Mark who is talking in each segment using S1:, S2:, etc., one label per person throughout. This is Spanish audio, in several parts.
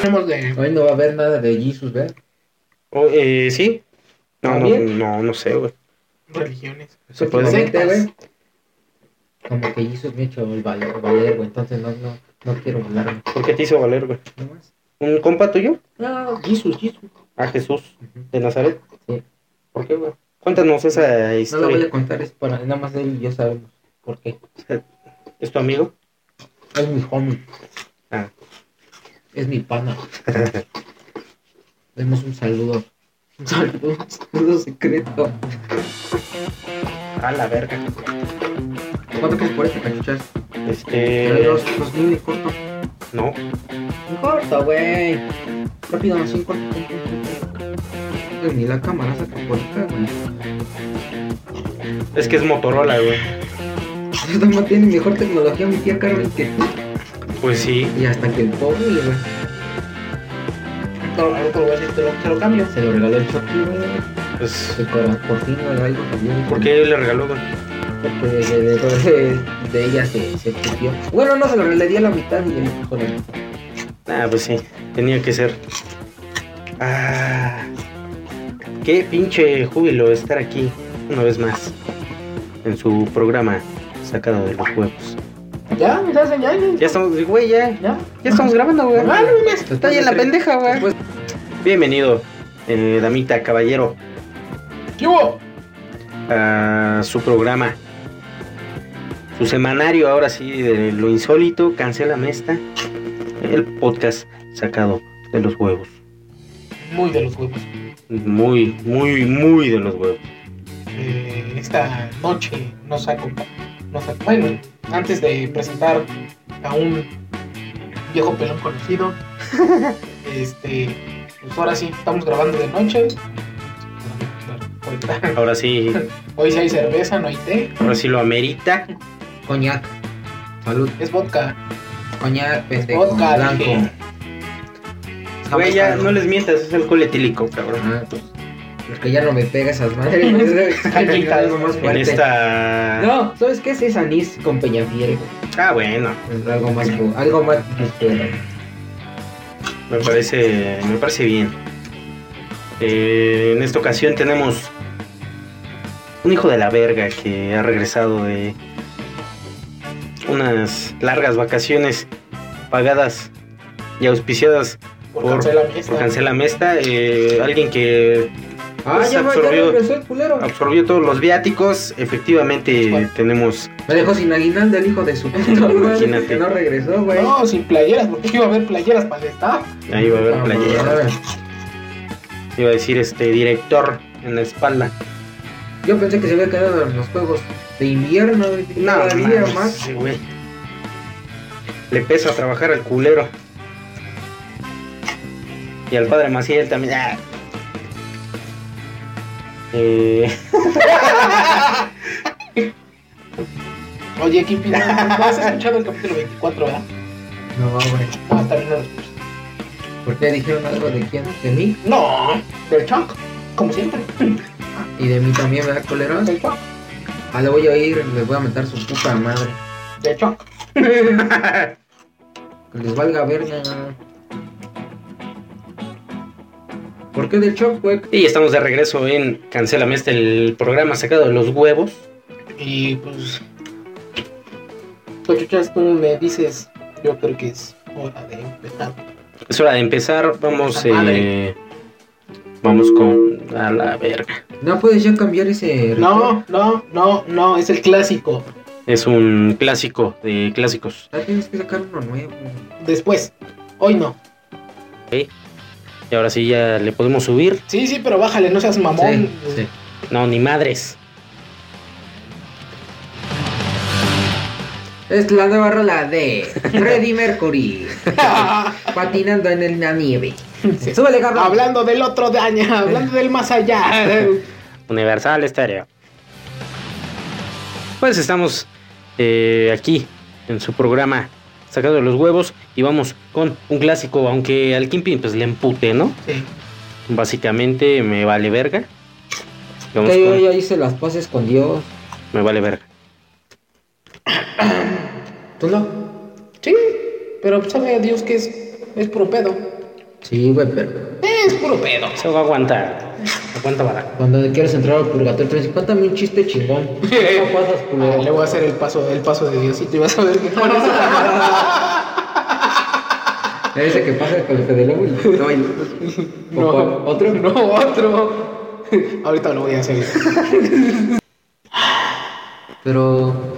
S1: Tenemos de-
S2: Hoy no va a haber nada de Jesus, ¿verdad?
S3: O- eh, sí. No, no,
S2: ¿También?
S3: no, no sé, güey.
S1: religiones.
S3: Se puede
S1: Sectas.
S2: Últimamente, güey, Como que Jesus me ha hecho el valor, valer, güey. Entonces no, no, no quiero volarme.
S3: ¿Por qué te hizo valer, güey?
S2: ¿No más?
S3: ¿Un compa tuyo?
S2: No, Jesus, Jesus.
S3: A Jesús
S2: Ujú.
S3: de Nazaret.
S2: Sí.
S3: ¿Por qué, güey? Cuéntanos esa
S2: No lo voy a
S3: historia.
S2: contar, es para nada más él y yo sabemos por qué.
S3: ¿Es tu amigo?
S2: Es mi homie.
S3: Ah.
S2: Es mi pana. Demos un saludo. Un saludo, un saludo secreto.
S3: A la verga.
S2: ¿Cuánto que es por este cachuchas?
S3: Este.
S2: Pero los, los niños corto.
S3: No.
S2: En corto, güey. Rápido, así en corto. Güey, Ni la cámara saca por acá, güey.
S3: Es que es Motorola, güey.
S2: Esta mamá tiene mejor tecnología mi tía Carmen que tú.
S3: Pues sí.
S2: Y hasta que el pobre, güey. Ahorita- ahorita lo voy a decir, te lo- te lo cambio. Se lo regaló el Chucky, güey.
S3: Pues.
S2: Se cobra por fin, güey, algo también.
S3: ¿Por qué le regaló, güey?
S2: Porque de, de- de- de ella se, se puteó. Bueno, no, se lo le di a la mitad y ya con él.
S3: Ah, pues sí. Tenía que ser. Ah. Qué pinche júbilo estar aquí una vez más. En su programa sacado de los huevos.
S2: Ya, ya, ya, ya.
S3: Ya estamos, güey, ya.
S2: Ya.
S3: Ya estamos grabando, güey.
S2: Ah, no, no, no.
S3: Está ahí en la pendeja, güey.
S2: Después-
S3: Pues, Bienvenido, eh, damita, caballero,
S1: ¿Qué hubo?
S3: a su programa. Su semanario, ahora sí, de lo insólito, cancélame esta. El podcast sacado de los huevos.
S1: Muy de los huevos.
S3: Muy, muy, muy de los huevos.
S1: Eh, esta noche nos acompa- nos ac- Bueno, antes de presentar a un viejo pelón conocido, este, pues ahora sí, estamos grabando de noche. Ahorita-
S3: Ahora sí,
S1: Hoy sí hay cerveza, no hay té,
S3: ahora sí lo amerita.
S2: Coñac. Salud.
S1: es vodka.
S2: Coñac, pendejo.
S1: Vodka,
S2: blanco.
S1: dije.
S3: Güey, ya no les mientas, es alcohol etílico, cabrón.
S2: Ah, pues. Es que ya no me pega esas madres. güey. Es algo más
S3: En
S2: fuerte.
S3: esta.
S2: No, ¿sabes qué? Ese es anís con peñafiel, güey.
S3: Ah, bueno,
S2: Es algo más, fu- algo más ligero.
S3: me parece, me parece bien. Eh, en esta ocasión tenemos un hijo de la verga que ha regresado de unas largas vacaciones pagadas y auspiciadas
S1: Por,
S3: Por-
S1: cancelarme esta.
S3: por Cancela Mesta. eh, alguien que
S2: Ah,
S3: Pues
S2: ya, va, ya
S3: absorbió-
S2: regresó el culero.
S3: absorbió todos los viáticos. Efectivamente,
S1: Bueno.
S3: tenemos.
S2: Me dejó sin aguinaldo el hijo de su puta madre,
S3: Imagínate.
S2: que No regresó, güey.
S1: No, sin playeras, porque iba a haber playeras para el staff.
S3: Ahí va a haber
S2: Ah,
S3: playera.
S2: madre.
S3: Iba a decir este director en la espalda.
S2: Yo pensé que se había quedado en los juegos de invierno. güey, todavía
S3: mames,
S2: más.
S3: ese güey. Le pesa trabajar al culero. Y al padre Maciel también. Ah. Eh,
S1: Oye, Kipi, ¿no, no has escuchado el capítulo 24, ¿verdad?
S2: No, güey.
S1: No, hasta bien no lo escuchas.
S2: ¿Por qué dijeron algo de quién? De mí.
S1: No, del chunk, como siempre,
S2: Y de mí también, ¿verdad, culero?
S1: del chunk,
S2: Ah, le voy a ir, les voy a meter su puta madre.
S1: del chunk.
S2: Que les valga verga. ¿Por qué del shock, güey?
S3: y estamos de regreso en Cancélame este, el programa sacado de los huevos.
S1: Y pues. Cochuchas, tú me dices, yo creo que es hora de empezar.
S3: Es hora de empezar. Vamos,
S1: Esa madre.
S3: eh, vamos con. A la verga.
S2: No puedes ya cambiar ese.
S1: No, no, no, no, es el clásico.
S3: Es un clásico de clásicos.
S2: Ya tienes que sacar uno nuevo.
S1: Después, hoy no.
S3: Y ahora sí ya le podemos subir.
S1: Sí, sí, pero bájale, no seas mamón.
S2: Sí, sí.
S3: No, ni madres.
S2: Es la nueva rola de Freddie Mercury. patinando en el- la nieve.
S1: Sí.
S2: Súbele, cabrón.
S1: Hablando del otro daño, hablando del más allá.
S3: Universal Estéreo. Pues estamos eh, aquí en su programa sacado de los huevos y vamos con un clásico, aunque al Kimpin pues le empute, ¿no?
S1: Sí.
S3: Básicamente me vale verga. Digamos
S2: Que yo
S3: que
S2: ya hice las paces con Dios.
S3: Me vale verga.
S2: ¿Tú no?
S1: Sí, pero sabe Dios que es, es puro pedo.
S2: Sí, güey, pero
S1: Es puro pedo.
S3: Se va a aguantar. Aguanta vara.
S2: cuando quieres entrar al purgatorio, te dicen, cuéntame un chiste chingón. No pasas,
S1: Ah,
S2: culero.
S1: le voy a hacer el paso, el paso de Diosito y vas a ver que con eso.
S2: Me dice que pasa con el Fede Lobo y no, y- o con ¿Otro?
S1: No, otro. Ahorita lo voy a hacer.
S2: Pero...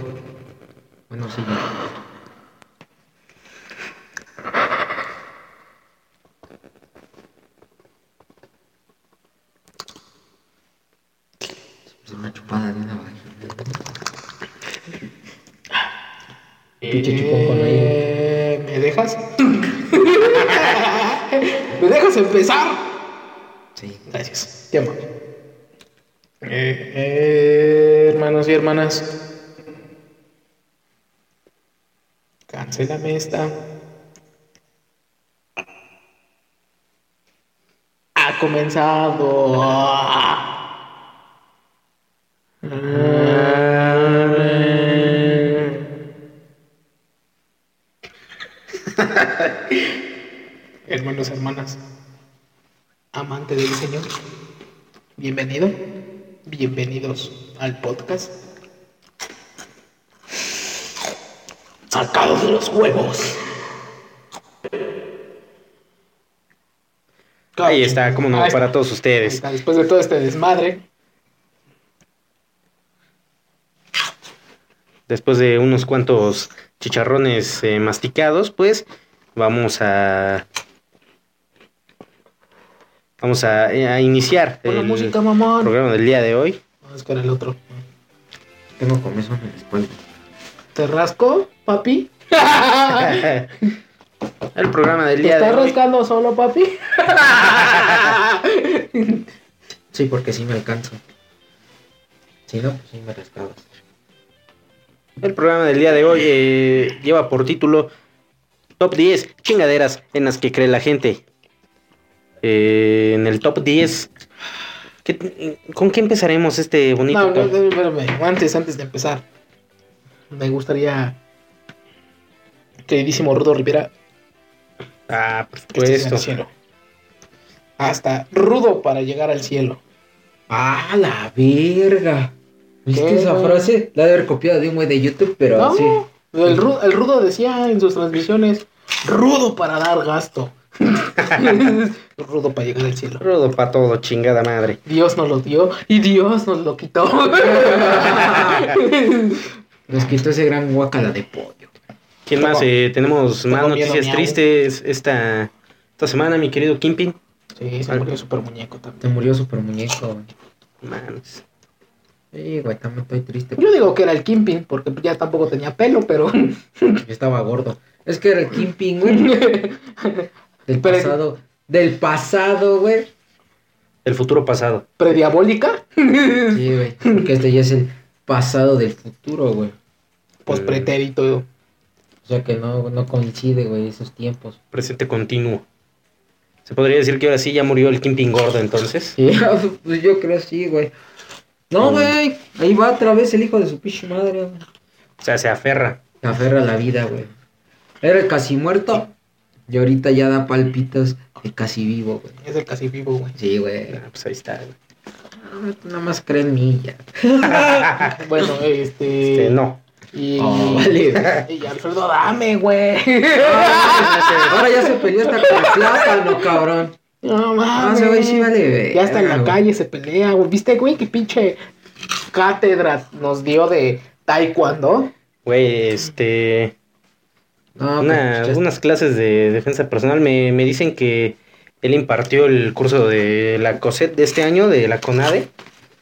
S2: Bueno, sí. ya. Es una chupada de una vagina. Pinche chupón con ahí.
S1: Eh, ¿Me dejas? ¿Me dejas empezar?
S2: Sí.
S1: Gracias. Te amo. Eh, eh, hermanos y hermanas. Cancélame esta. Ha comenzado. Hermanos, hermanas, amante del Señor, bienvenido, bienvenidos al podcast. Sacados de los huevos.
S3: Ahí está, como no,
S1: Ahí está.
S3: para todos
S1: Ahí
S3: ustedes.
S1: está, Después de todo este desmadre,
S3: Después de unos cuantos chicharrones eh, masticados, pues vamos a. Vamos a, eh, a iniciar
S1: con la
S3: el
S1: música, mamón.
S3: programa del día de hoy.
S1: No, espera el otro.
S2: Tengo comezón en la espalda.
S1: ¿Te rasco, papi?
S3: el programa del
S1: ¿Te
S3: día de
S1: estás
S3: hoy.
S1: rascando solo, papi?
S2: Sí, porque sí me alcanzo. Si no, pues sí me rascabas.
S3: El programa del día de hoy eh, lleva por título Top 10 chingaderas en las que cree la gente. Eh, en el top 10. ¿qué- ¿Con qué empezaremos este bonito
S1: No, no,
S3: top?
S1: no, espérame. Antes, antes de empezar, me gustaría, queridísimo Rudo Rivera,
S3: Ah, por
S1: que estés en el
S3: supuesto.
S1: cielo. Hasta Rudo para llegar al cielo.
S2: ¡Ah, la verga! ¿Viste
S1: ¿Qué,
S2: esa
S1: güey?
S2: frase? La de haber copiado de un güey de YouTube, pero
S1: No,
S2: así.
S1: el, Ru- el Rudo decía en sus transmisiones, Rudo para dar gasto. rudo para llegar al cielo.
S3: Rodo pa' todo, chingada madre.
S1: Dios nos lo dio y Dios nos lo quitó.
S2: Nos quitó ese gran guacala de pollo.
S3: ¿Quién
S1: Tengo-
S3: más? Eh, tenemos
S1: tengo
S3: más
S1: miedo,
S3: noticias
S1: miau.
S3: tristes esta, esta semana, mi querido Kimpin.
S1: sí, se murió super muñeco también.
S2: Te murió super muñeco, güey.
S3: Mames.
S2: Sí, güey, también estoy triste.
S1: Yo digo que era el Kimping, porque ya tampoco tenía pelo, pero...
S2: Yo estaba gordo. Es que era el Kingpin, güey. Del
S1: Pero-
S2: pasado. Del pasado, güey.
S3: El futuro pasado.
S1: ¿Prediabólica?
S2: Sí, güey. Porque este ya es el pasado del futuro, güey.
S3: Eh.
S1: Pues pretérito.
S2: O sea que no, no coincide, güey, esos tiempos.
S3: Presente continuo. Se podría decir que ahora sí ya murió el Kimpin gordo entonces.
S2: Sí, pues yo creo sí, güey. No,
S3: Mm.
S2: güey. Ahí va otra vez el hijo de su pinche madre, güey.
S3: O sea, se aferra.
S2: Se aferra a la vida, güey. Era casi muerto. Y ahorita ya da palpitos de casi vivo, güey.
S1: Es el casi vivo, güey.
S2: Sí, güey.
S3: Ah, pues ahí está. güey.
S2: No, tú Nada más creen en mí ya.
S1: Ah, Bueno, este.
S3: Este, no.
S1: Y,
S2: Oh, vale.
S1: y Alfredo, dame, güey.
S2: Ahora ya se peleó hasta con el plátano, cabrón.
S1: No
S2: Ah,
S1: mames.
S2: ese güey sí vale.
S1: ya está en la
S2: verga,
S1: calle, se pelea, güey. ¿Viste, güey, qué pinche cátedra nos dio de taekwondo?
S3: Güey, este.
S2: güey. No,
S3: una-
S2: pues, ya-
S3: unas clases de defensa personal me, me dicen que él impartió el curso de la COSET de este año, de la CONADE.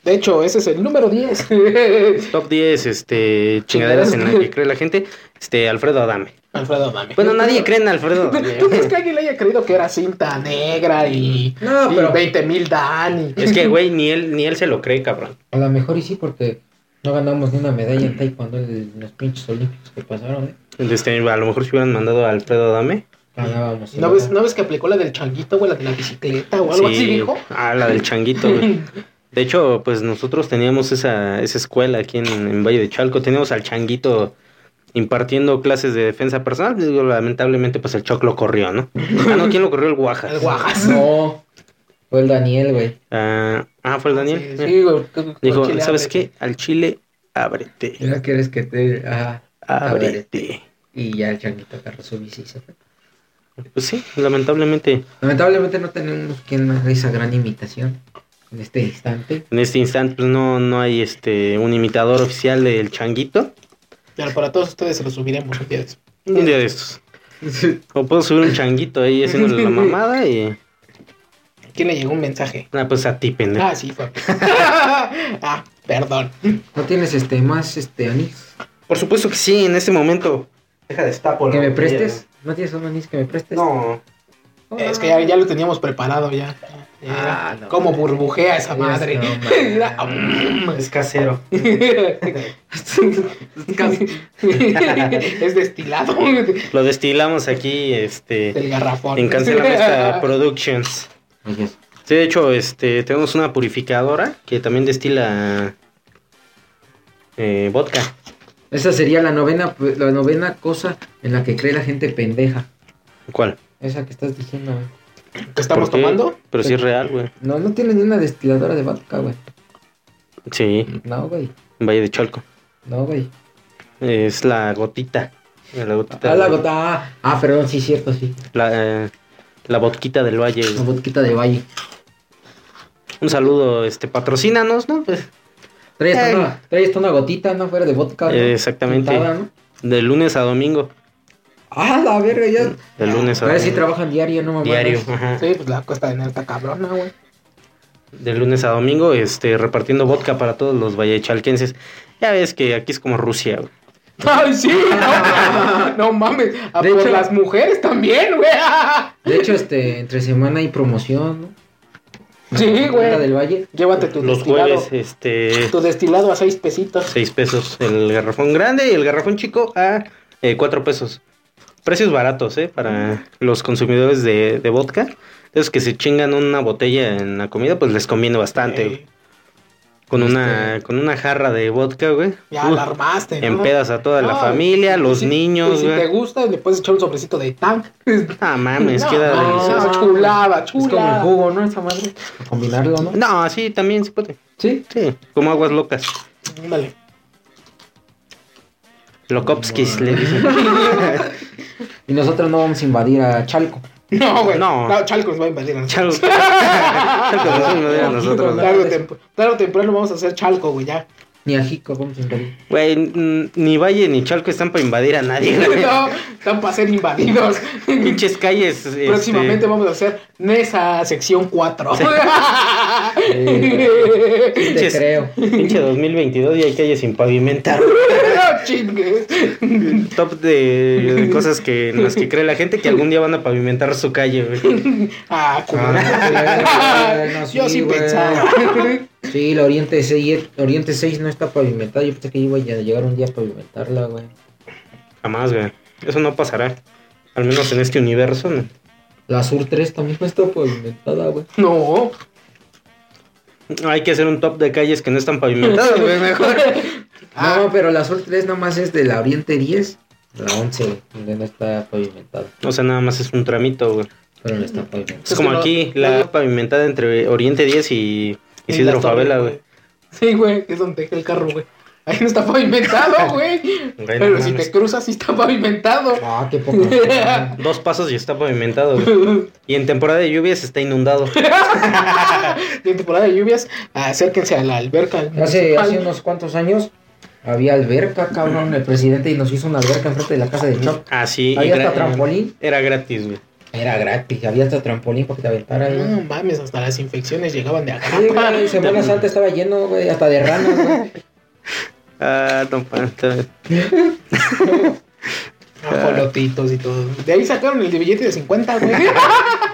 S1: De hecho, ese es el número 10.
S3: Top 10 este, chingaderas en las que cree la gente. Este, Alfredo Adame.
S1: Alfredo, dame.
S3: Bueno, nadie cree en Alfredo
S1: ¿Tú
S3: Adame.
S1: crees que alguien le haya creído que era cinta negra y,
S2: No, pero-
S1: 20 mil dan? y-
S3: Es que, güey, ni él, ni él se lo cree, cabrón.
S2: A lo mejor y sí, porque no ganamos ni una medalla en taekwondo en los pinches olímpicos que pasaron, ¿eh?
S3: Este, a lo mejor si hubieran mandado a Alfredo Adame,
S2: Ganábamos.
S1: ¿No ves, ¿No ves que aplicó la del changuito, güey? La de la bicicleta o algo así,
S3: Sí,
S1: viejo.
S3: ah, la del changuito, güey. De hecho, pues nosotros teníamos esa, esa escuela aquí en, en Valle de Chalco, teníamos al changuito impartiendo clases de defensa personal, digo, lamentablemente pues el choclo corrió, ¿no? Ah, no, ¿quién lo corrió? El Guaja.
S1: El guajas.
S2: No. Fue el Daniel, güey.
S3: Ah, ah, fue el Daniel.
S1: Sí,
S3: Mira.
S1: Sí, güey. con- con
S3: Dijo,
S1: chile
S3: ¿sabes
S1: ábrete".
S3: qué? Al chile, ábrete,
S2: Ya quieres que te. Ah,
S3: ábrete.
S2: y ya el changuito agarró su bici y se fue.
S3: Pues sí, lamentablemente
S2: Lamentablemente no tenemos quien haga esa gran imitación en este instante.
S3: en este instante pues no, no hay este un imitador oficial del changuito.
S1: Pero para todos ustedes se lo subiremos un día después.
S3: Un día de estos. O puedo subir un changuito ahí haciéndole la mamada y...
S1: ¿Quién le llegó un mensaje?
S3: Ah, pues a ti, pendejo.
S1: Ah, sí, fue. ah, perdón.
S2: ¿No tienes este más este anís
S3: Por supuesto que sí, en este momento. Deja de estar por
S2: que me prestes? ¿No tienes un anís que me prestes?
S3: No.
S2: Ah.
S1: Es que ya, ya lo teníamos preparado ya. Era
S2: Ah, no.
S1: Como burbujea esa
S2: Dios,
S1: madre.
S2: no, man.
S1: La- Mm.
S3: Es casero.
S1: es destilado del
S3: Lo destilamos aquí, este.
S1: garrafón.
S3: En Cancelame esta Productions.
S2: Así es.
S3: Sí, de hecho, este, tenemos una purificadora que también destila eh, vodka.
S2: Esa sería la novena, pues, la novena cosa en la que cree la gente pendeja.
S3: ¿Cuál?
S2: Esa que estás diciendo, güey.
S1: ¿Qué estamos
S3: ¿Por qué?
S1: tomando?
S3: Pero sí es real, güey.
S2: No, no tienes ni una destiladora de vodka, güey.
S3: Sí,
S2: No, güey.
S3: Valle de Chalco.
S2: No, güey.
S3: Es la gotita. La gotita.
S2: Ah, la gota. Ah, ah, perdón, sí, cierto, sí.
S3: La, eh, la vodquita del Valle.
S2: La vodquita de Valle.
S3: Un saludo, este, patrocínanos, ¿no? Pues,
S2: Trae hasta,
S3: Ey.
S2: una, trae hasta una gotita, ¿no? Fuera de vodka. ¿no?
S3: eh, exactamente.
S2: Pintada, ¿no?
S3: De lunes a domingo.
S2: Ah, la verga, ya.
S3: De lunes a
S2: A ver si
S3: domingo.
S2: trabajan diario, Ah, no mames.
S3: Diario. ajá.
S1: Sí, pues la cuesta de nada está cabrona, güey.
S3: De lunes a domingo, este, repartiendo vodka para todos los vallechalquenses. Ya ves que aquí es como Rusia, güey.
S1: Ay, sí, no, no mames. A
S2: De
S1: por
S2: hecho-
S1: las mujeres también, güey.
S2: De hecho, este, entre semana hay promoción, ¿no?
S1: Sí,
S2: La
S1: güey.
S2: del Valle.
S1: Llévate tu
S3: Los
S1: destilado.
S3: jueves, este,
S1: Tu destilado a seis pesitos.
S3: seis pesos el garrafón grande y el garrafón chico a eh, cuatro pesos. Precios baratos, ¿eh? Para los consumidores de, de vodka. Esos que se chingan una botella en la comida, pues les conviene bastante. güey.
S1: Eh, este
S3: Con una, con una jarra de vodka, güey.
S1: ya
S3: Uf,
S1: la armaste, ¿no?
S3: empedas a toda la
S1: No, pues
S3: familia,
S1: y
S3: los
S1: si- y
S3: niños,
S1: si te
S3: güey.
S1: gusta, le puedes echar un sobrecito de tank.
S3: Ah, mames,
S1: No,
S3: queda
S1: no,
S3: delicioso.
S1: no, chulada,
S2: Es como el
S1: chulada.
S2: jugo, ¿no? Esa madre. A combinarlo, ¿no?
S3: No, así también se puede.
S2: Sí.
S3: Sí, como aguas locas.
S1: Ándale.
S3: Lokopskis le dicen.
S2: Y nosotros no vamos a invadir a Chalco.
S1: No, güey.
S3: No.
S1: No. Chalco nos va a invadir. a nosotros.
S3: Chalo. Chalco, eso no era nosotros. ¿no?
S1: Tarde o tempo- tarde o temprano vamos a hacer Chalco, güey, ya.
S2: Ni a Jico vamos a invadir.
S3: Güey, mm, ni Valle ni Chalco están para invadir a nadie. güey.
S1: No, están para ser invadidos.
S3: Pinches calles. este,
S1: Próximamente vamos a hacer Nesa sección 4.
S2: Sí, Te
S3: Pinches-
S2: creo.
S3: Pinche 2022 y hay calles sin pavimentar.
S1: no chingues.
S3: Top de, de cosas que, en las que cree la gente que algún día van a pavimentar su calle, güey.
S1: Ah, culero.
S2: Ah, sí, bueno,
S1: Yo
S2: sí,
S1: sin
S2: güey.
S1: pensar.
S2: Sí, la Oriente 6, Oriente 6 no está pavimentada. Yo pensé que iba a llegar un día a pavimentarla, güey.
S3: Jamás, güey. Eso no pasará. Al menos en este universo, ¿no?
S2: La Sur 3 también no está pavimentada, güey.
S1: No.
S3: Hay que hacer un top de calles que no están pavimentadas, güey, mejor.
S1: Ah.
S2: No, pero la Sur 3 nomás es de la Oriente 10 a la 11, güey, donde no está pavimentada.
S3: O sea, nada más es un tramito, güey.
S2: Pero no está pavimentada.
S3: Es como
S1: que no-
S3: aquí, la pavimentada entre Oriente 10 y
S1: Y
S3: Isidro
S1: las torres,
S3: Favela, güey.
S1: Sí, güey, es donde dejé el carro, güey. Ahí no está pavimentado, güey. Pero si
S3: mames.
S1: te cruzas, sí está pavimentado.
S2: Ah, qué poco.
S3: Dos pasos y está pavimentado, güey. Y en temporada de lluvias está inundado.
S1: Y en temporada de lluvias, acérquense a la alberca.
S2: hace,
S1: municipal.
S2: hace unos cuantos años había alberca, cabrón, el presidente y nos hizo una alberca enfrente de la casa de Choc.
S3: Ah, sí. y
S2: Había hasta
S3: gra-
S2: trampolín.
S3: Era gratis, güey.
S2: Era gratis, había hasta trampolín para que te aventaras, güey.
S3: Mm.
S1: No mames, hasta las infecciones llegaban de acá.
S2: Sí, güey, Semana Santa estaba lleno, güey, hasta de ranas, güey.
S3: Ah, no, pa- está-
S1: Ajolotitos Ah, y todo. De ahí sacaron el de billete de 50, güey.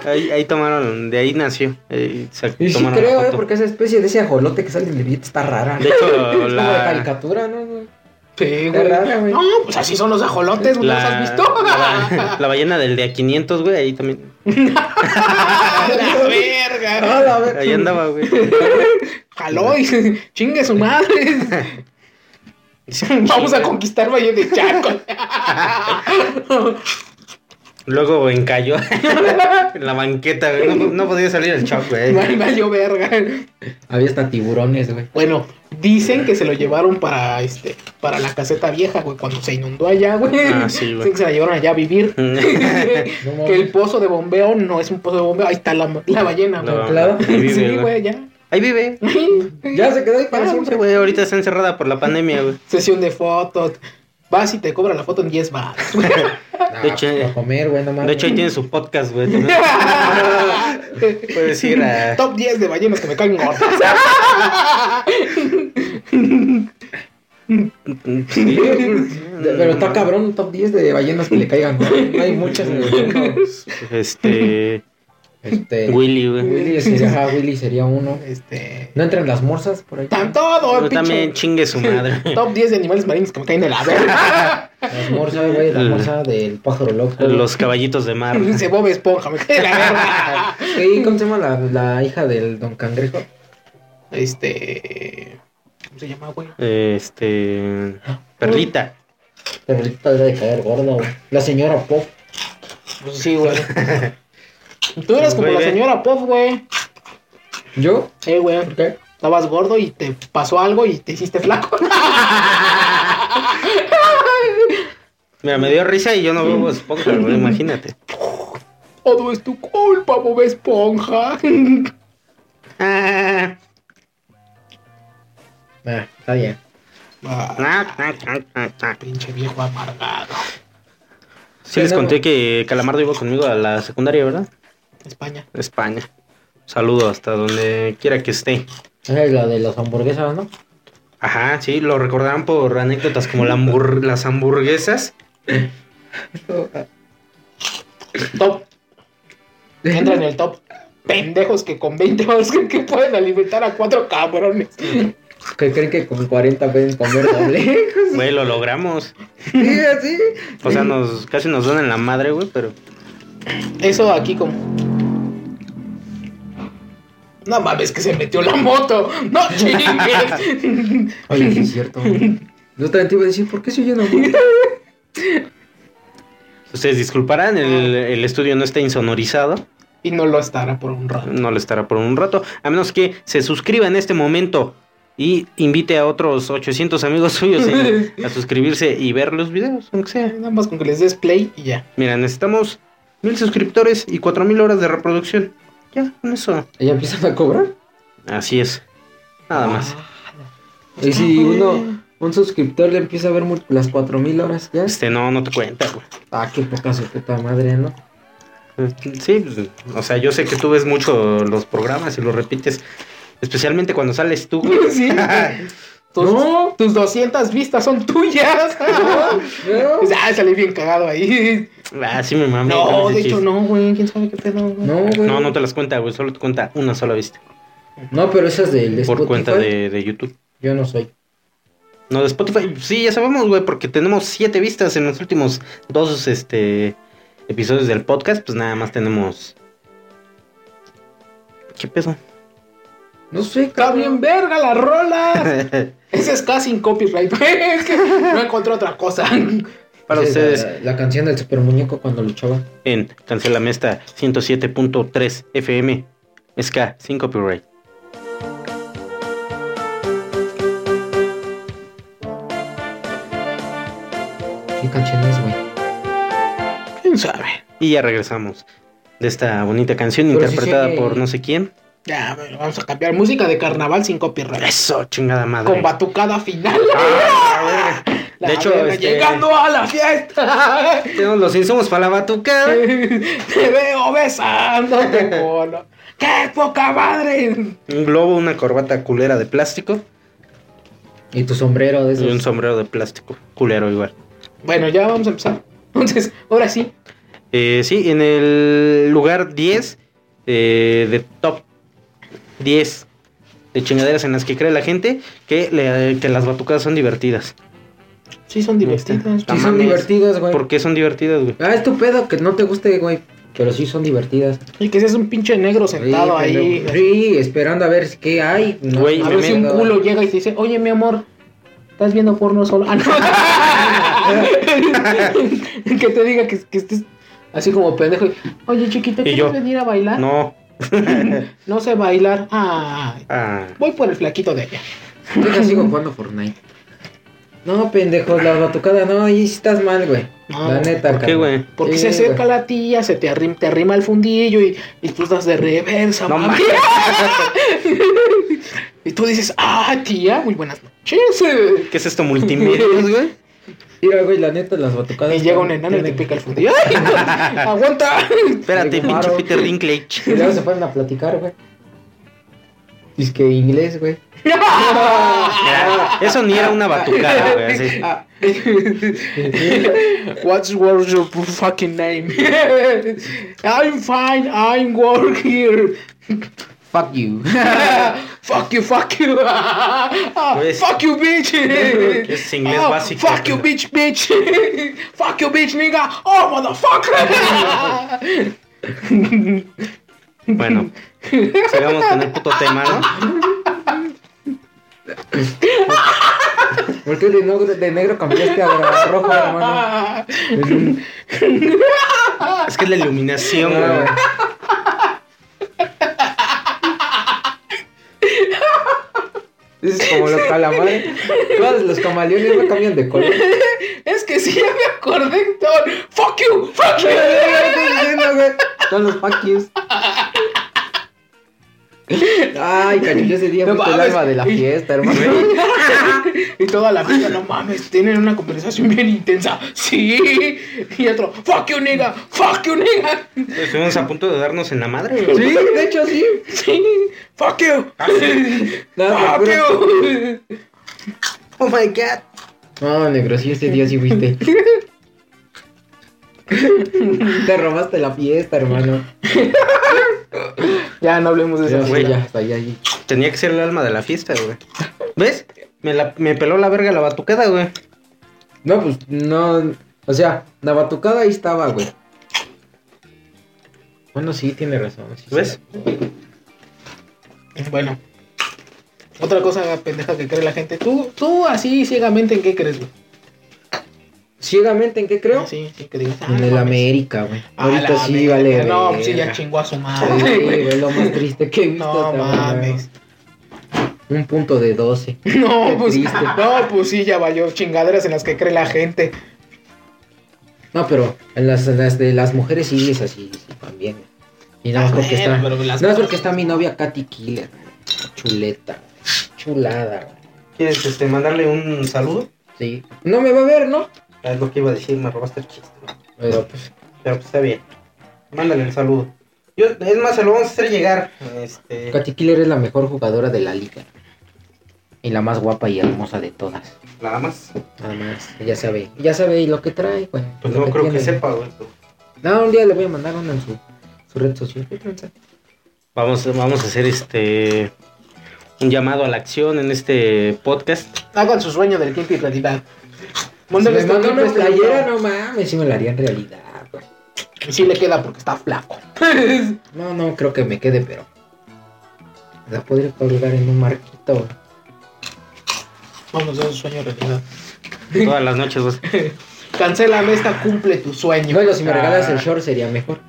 S3: ahí, ahí tomaron, de ahí nació. ahí sa-
S2: Y sí
S3: tomaron la
S2: creo, eh,
S3: foto.
S2: porque esa especie de ese ajolote que sale en el billete está rara. ¿no?
S3: De hecho,
S2: Es como de
S3: la,
S2: caricatura, ¿no? güey?
S1: Sí,
S2: Qué
S1: güey.
S2: rara, güey.
S1: No, pues así son los ajolotes, güey. ¿No ¿Los has visto?
S3: la- la ballena del de a 500, güey, ahí también.
S1: ¡A la verga!
S2: Ah, la ver-
S3: Ahí andaba, güey.
S1: ¡Jaló! y- ¡Chingue su madre! Vamos a conquistar Valle de Chaco.
S3: Luego encalló en la banqueta, güey. No, no podía salir el chavo, güey.
S1: Vale, valió verga.
S2: Había hasta tiburones, güey.
S1: Bueno, dicen que se lo llevaron para este, para la caseta vieja, güey, cuando se inundó allá, güey.
S3: Ah, sí, güey.
S1: Dicen que se la llevaron allá a vivir. que
S2: No mames.
S1: el pozo de bombeo no es un pozo de bombeo, ahí está la, la ballena, güey.
S3: No,
S2: claro.
S3: Ahí vive,
S1: sí,
S3: güey.
S1: güey, ya.
S3: Ahí vive.
S2: Ya se quedó ahí para
S1: Ah,
S2: siempre,
S3: Sí,
S2: güey.
S3: güey, ahorita está encerrada por la pandemia, güey.
S1: Sesión de fotos. Vas y te cobra la foto en 10 baros.
S3: De hecho,
S2: Ah, para comer, güey, no mames.
S3: De hecho, ahí tiene su podcast, güey. también. Puedes ir a.
S1: Top 10 de ballenas que me caen gordas.
S3: Sí.
S2: De- Pero está cabrón un top 10 de ballenas que le caigan, güey. No hay muchas en el mundo.
S3: Este.
S2: Este,
S3: Willy, güey.
S2: Willy, sería, ajá, Willy sería uno.
S1: Este.
S2: ¿No entran las morsas por ahí?
S1: Tan todo,
S3: Pero
S1: Oh, pinche-
S3: también chingue su madre.
S1: Top 10 de animales marinos que me caen de la verga.
S2: Las morsas, güey, la
S3: El-
S2: morsa del pájaro loco.
S3: Los caballitos de mar.
S1: Dice Bob Esponja, me cae de la verga.
S2: Sí, ¿Cómo se llama la, la hija del don cangrejo?
S1: Este. ¿Cómo se llama, güey?
S3: Este. Perlita.
S2: Pero ahorita debe de caer gordo, güey. La señora Pop.
S1: Pues sí, güey. Tú eras como
S3: Pues, Güey,
S1: la
S3: ve.
S1: señora Puff, güey.
S2: ¿Yo?
S1: Eh, güey.
S2: ¿Por qué?
S1: Estabas gordo y te pasó algo y te hiciste flaco.
S3: Mira, me dio risa y yo no veo Bob Esponja, güey. Imagínate.
S1: Todo es tu culpa, Bob Esponja.
S3: Ah,
S2: Ah, está bien.
S1: Ah,
S3: ah, ah, ah, ah, ah.
S1: pinche viejo amargado.
S3: Sí, les conté que Calamardo iba conmigo a la secundaria, ¿verdad?
S1: España.
S3: España. Saludo hasta donde quiera que esté.
S2: Esa es la de las hamburguesas, ¿no?
S3: Ajá, sí, lo recordarán por anécdotas como la hambur- las hamburguesas.
S1: Top. Entra en el top. Pendejos que con 20 horas creen que pueden alimentar a cuatro cabrones.
S2: Que creen que con 40 pueden comer doble.
S3: Güey, lo logramos.
S2: sí, así.
S3: O sea, nos, casi nos dan en la madre, güey, pero.
S1: Eso aquí como. No mames que se metió la moto. No chingues.
S2: Oye, sí es cierto. Yo también te iba a decir, ¿por qué soy yo no
S3: Ustedes disculparán, el, el estudio no está insonorizado.
S1: y no lo estará por un rato.
S3: No lo estará por un rato. A menos que se suscriba en este momento y invite a otros 800 amigos suyos en- a suscribirse y ver los videos, aunque sea.
S1: Nada más con que les des play y ya.
S3: Mira, necesitamos mil suscriptores y cuatro mil horas de reproducción. Ya, con eso.
S2: ¿Ya empiezan a cobrar?
S3: Así es. Nada más.
S2: Y si uno, un suscriptor le empieza a ver mu- las 4000 horas ya.
S3: Este, no, no te cuenta, güey.
S2: Ah, qué poca su puta madre, ¿no?
S3: Sí, pues, o sea, yo sé que tú ves mucho los programas y los repites. Especialmente cuando sales tú, güey. Ah,
S1: Sí. Tus,
S2: No.
S1: tus 200 vistas son tuyas.
S2: No,
S1: ah, salí bien cagado ahí.
S3: Ah, sí me mamé.
S1: No,
S3: con ese
S1: de hecho
S3: chiste.
S1: no, güey. ¿Quién sabe qué pedo? güey?
S2: no, güey.
S3: No, no te las cuenta, güey. Solo te cuenta una sola vista.
S2: No, pero esas del
S3: por
S2: Spotify,
S3: cuenta de, de YouTube.
S2: Yo no soy.
S3: No, de Spotify. Sí, ya sabemos, güey, porque tenemos siete vistas en los últimos dos este, episodios del podcast. Pues nada más tenemos. ¿Qué peso?
S2: No sé,
S1: Está bien
S2: cabrón.
S1: verga la rola. Ese es casi un copyright. Es que no encontré otra cosa.
S3: Para
S2: Sí,
S3: ustedes,
S2: La, la canción del super muñeco cuando luchaba.
S3: en Cancelame esta 107.3 FM. SK, sin copyright.
S2: ¿Qué canción es, güey?
S1: ¿Quién sabe?
S3: Y ya regresamos de esta bonita canción
S2: Pero sí
S3: interpretada
S2: sé que-
S3: por no sé quién.
S1: Ya, bueno, vamos a cambiar. Música de carnaval sin copyright.
S3: Eso, chingada madre.
S1: Con batucada final.
S3: Ah, la verga.
S1: La
S3: de hecho,
S1: verga,
S3: este,
S1: llegando a la fiesta.
S3: tenemos los insumos para la batucada.
S1: Te veo besándote, polo. ¡Qué poca madre!
S3: Un globo, una corbata culera de plástico
S2: Y tu sombrero de
S3: y un
S2: esos.
S3: sombrero de plástico culero igual.
S1: Bueno, ya vamos a empezar. Entonces, ahora sí.
S3: Eh, sí, en el lugar 10 eh, de top 10 de chingaderas en las que cree la gente que, le- que las batucadas son divertidas.
S1: Sí, son divertidas.
S3: No
S2: Sí, son
S3: mames.
S2: divertidas, güey.
S3: ¿Por qué son divertidas, güey?
S2: Ah, es tu pedo que no te guste, güey. Pero sí son divertidas.
S1: Y que seas un pinche negro sentado
S2: Sí,
S1: ahí. este,
S2: pendejo. Sí, esperando a ver qué hay. No,
S3: Güey,
S1: A
S3: me
S1: ver si un
S3: meto.
S1: culo llega y te dice, oye, mi amor, ¿estás viendo porno solo? Ah, no. que te diga que, que estés así como pendejo. y, oye, chiquito,
S3: Y
S1: ¿quieres
S3: yo,
S1: venir a bailar? No.
S3: No.
S1: sé bailar. Ah,
S3: Ah,
S1: voy por el flaquito de allá.
S2: Yo ya sigo jugando Fortnite. No, pendejos, la batucada, no, ahí sí estás mal, güey.
S1: No,
S2: la neta,
S3: ¿Por qué,
S2: carnal.
S3: güey?
S1: Porque
S2: Sí,
S1: se acerca
S2: güey.
S1: la tía, se te, arrim- te arrima el fundillo y, y tú das de reversa,
S3: No
S1: mami.
S3: mames.
S1: Y tú dices, ah, tía, muy buenas noches. eh".
S3: ¿Qué es esto multimedia, güey?
S2: Mira, güey, la neta, las batucadas.
S1: Y llega un enano y te pica el fundillo. ¡Ay, no! ¡Aguanta!
S3: Espérate,
S2: Algo
S3: pinche
S2: raro.
S3: Peter Dinklage.
S2: Y luego se ponen a platicar, güey. Dice que inglés, güey.
S3: Mira, Eso ni era una batucada, güey. así.
S1: Ah, What's what's your fucking name? I'm fine, I'm work here.
S2: Fuck you.
S1: fuck you, fuck you. Ah,
S3: Pues-
S1: fuck you, bitch.
S3: Es inglés
S1: Ah,
S3: básico,
S1: Fuck you,
S3: pendejo.
S1: bitch, bitch. fuck you, bitch, nigga. Oh, motherfucker.
S3: Bueno, sigamos con el puto tema, ¿no?
S2: ¿Por qué de negro, de negro cambiaste a rojo, hermano?
S1: Ah,
S3: Es que es la iluminación, güey.
S2: Es como los calamares. Todos los camaleones no cambian de color. ¿Qué
S1: es que sí, ya me acordé. todo. Fuck you, fuck you.
S2: estás diciendo, güey? Son los fuck yous. Ay, cariño, ese día
S1: No
S2: fue el
S1: mames.
S2: alma de la
S1: Y-
S2: fiesta, hermano.
S1: Y toda la vida, no mames, tienen una conversación bien intensa. Sí. Y otro, fuck you, nigga, fuck you, nigga.
S3: Estuvimos a punto de darnos en la madre, güey.
S2: Sí, de hecho, sí.
S1: Sí, fuck you.
S2: Nada,
S1: fuck
S2: pero-
S1: you.
S3: Oh my god.
S2: No, negro, sí, ese día sí fuiste. Te robaste la fiesta, hermano.
S1: Ya no hablemos de
S2: Ya,
S1: eso.
S2: güey,
S3: güey.
S2: ya, hasta allá. allí.
S3: Tenía que ser el alma de la fiesta, güey. ¿Ves? Me, la- me peló la verga la batucada, güey.
S2: No, pues, no. O sea, la batucada ahí estaba, güey. Bueno, sí, tiene razón. sí,
S3: ¿Ves?
S2: sí.
S1: Bueno. Otra cosa pendeja que cree la gente. Tú, tú así ciegamente en qué crees, güey.
S2: Ciegamente, ¿en qué creo?
S1: Sí, sí, que digas. ah,
S2: En
S1: no
S2: el
S1: mames.
S2: América, güey.
S1: Ah, la
S2: Ahorita sí,
S1: verga.
S2: vale.
S1: No,
S2: verga.
S1: pues sí, ya chingó a su
S2: Sí,
S1: madre.
S2: güey, lo más triste que he visto.
S1: No
S2: hasta ahora,
S1: mames.
S2: güey. Un punto de 12.
S1: No,
S2: Qué
S1: pues,
S2: triste.
S1: no, pues sí, ya valió chingaderas en las que cree la gente.
S2: No, pero en las, en las de las mujeres sí es así, sí, también. Y nada más
S1: Ah,
S2: porque
S1: bueno,
S2: está.
S1: pero las
S2: Nada más
S1: cosas-
S2: porque está mi novia Katy Killer. Chuleta. Chulada, güey.
S3: ¿Quieres este, mandarle un saludo?
S2: Sí. No me va a ver, ¿no?
S3: Es lo que iba a decir, me robaste el chiste. güey.
S2: Pero pues.
S3: Pero pues está bien. Mándale el saludo. Yo, es más, se lo vamos a hacer llegar. Este.
S2: Katy Killer es la mejor jugadora de la liga. Y la más guapa y hermosa de todas.
S3: Nada más.
S2: Nada más, ya sabe. Ya sabe y lo que trae, güey.
S3: Pues
S2: lo
S3: no creo que
S2: tiene.
S3: sepa, güey.
S2: No, un día le voy a mandar una en su, su red social.
S3: Vamos, vamos a hacer este. Un llamado a la acción en este podcast.
S1: Hagan su sueño del tiempo y realidad.
S2: Si
S1: Mándale
S2: me
S1: este
S2: mandó
S1: clip a
S2: una
S1: este
S2: playera,
S1: niño.
S2: no mames, si me la haría en realidad, pues. güey.
S1: Y sí le queda porque está flaco.
S2: No, no, creo que me quede, pero. La podría colgar en un marquito. güey.
S1: Vamos a hacer su sueño realidad.
S3: Todas las noches, güey.
S1: Cancélame esta, cumple tu sueño.
S2: Bueno, si me regalas el short sería mejor.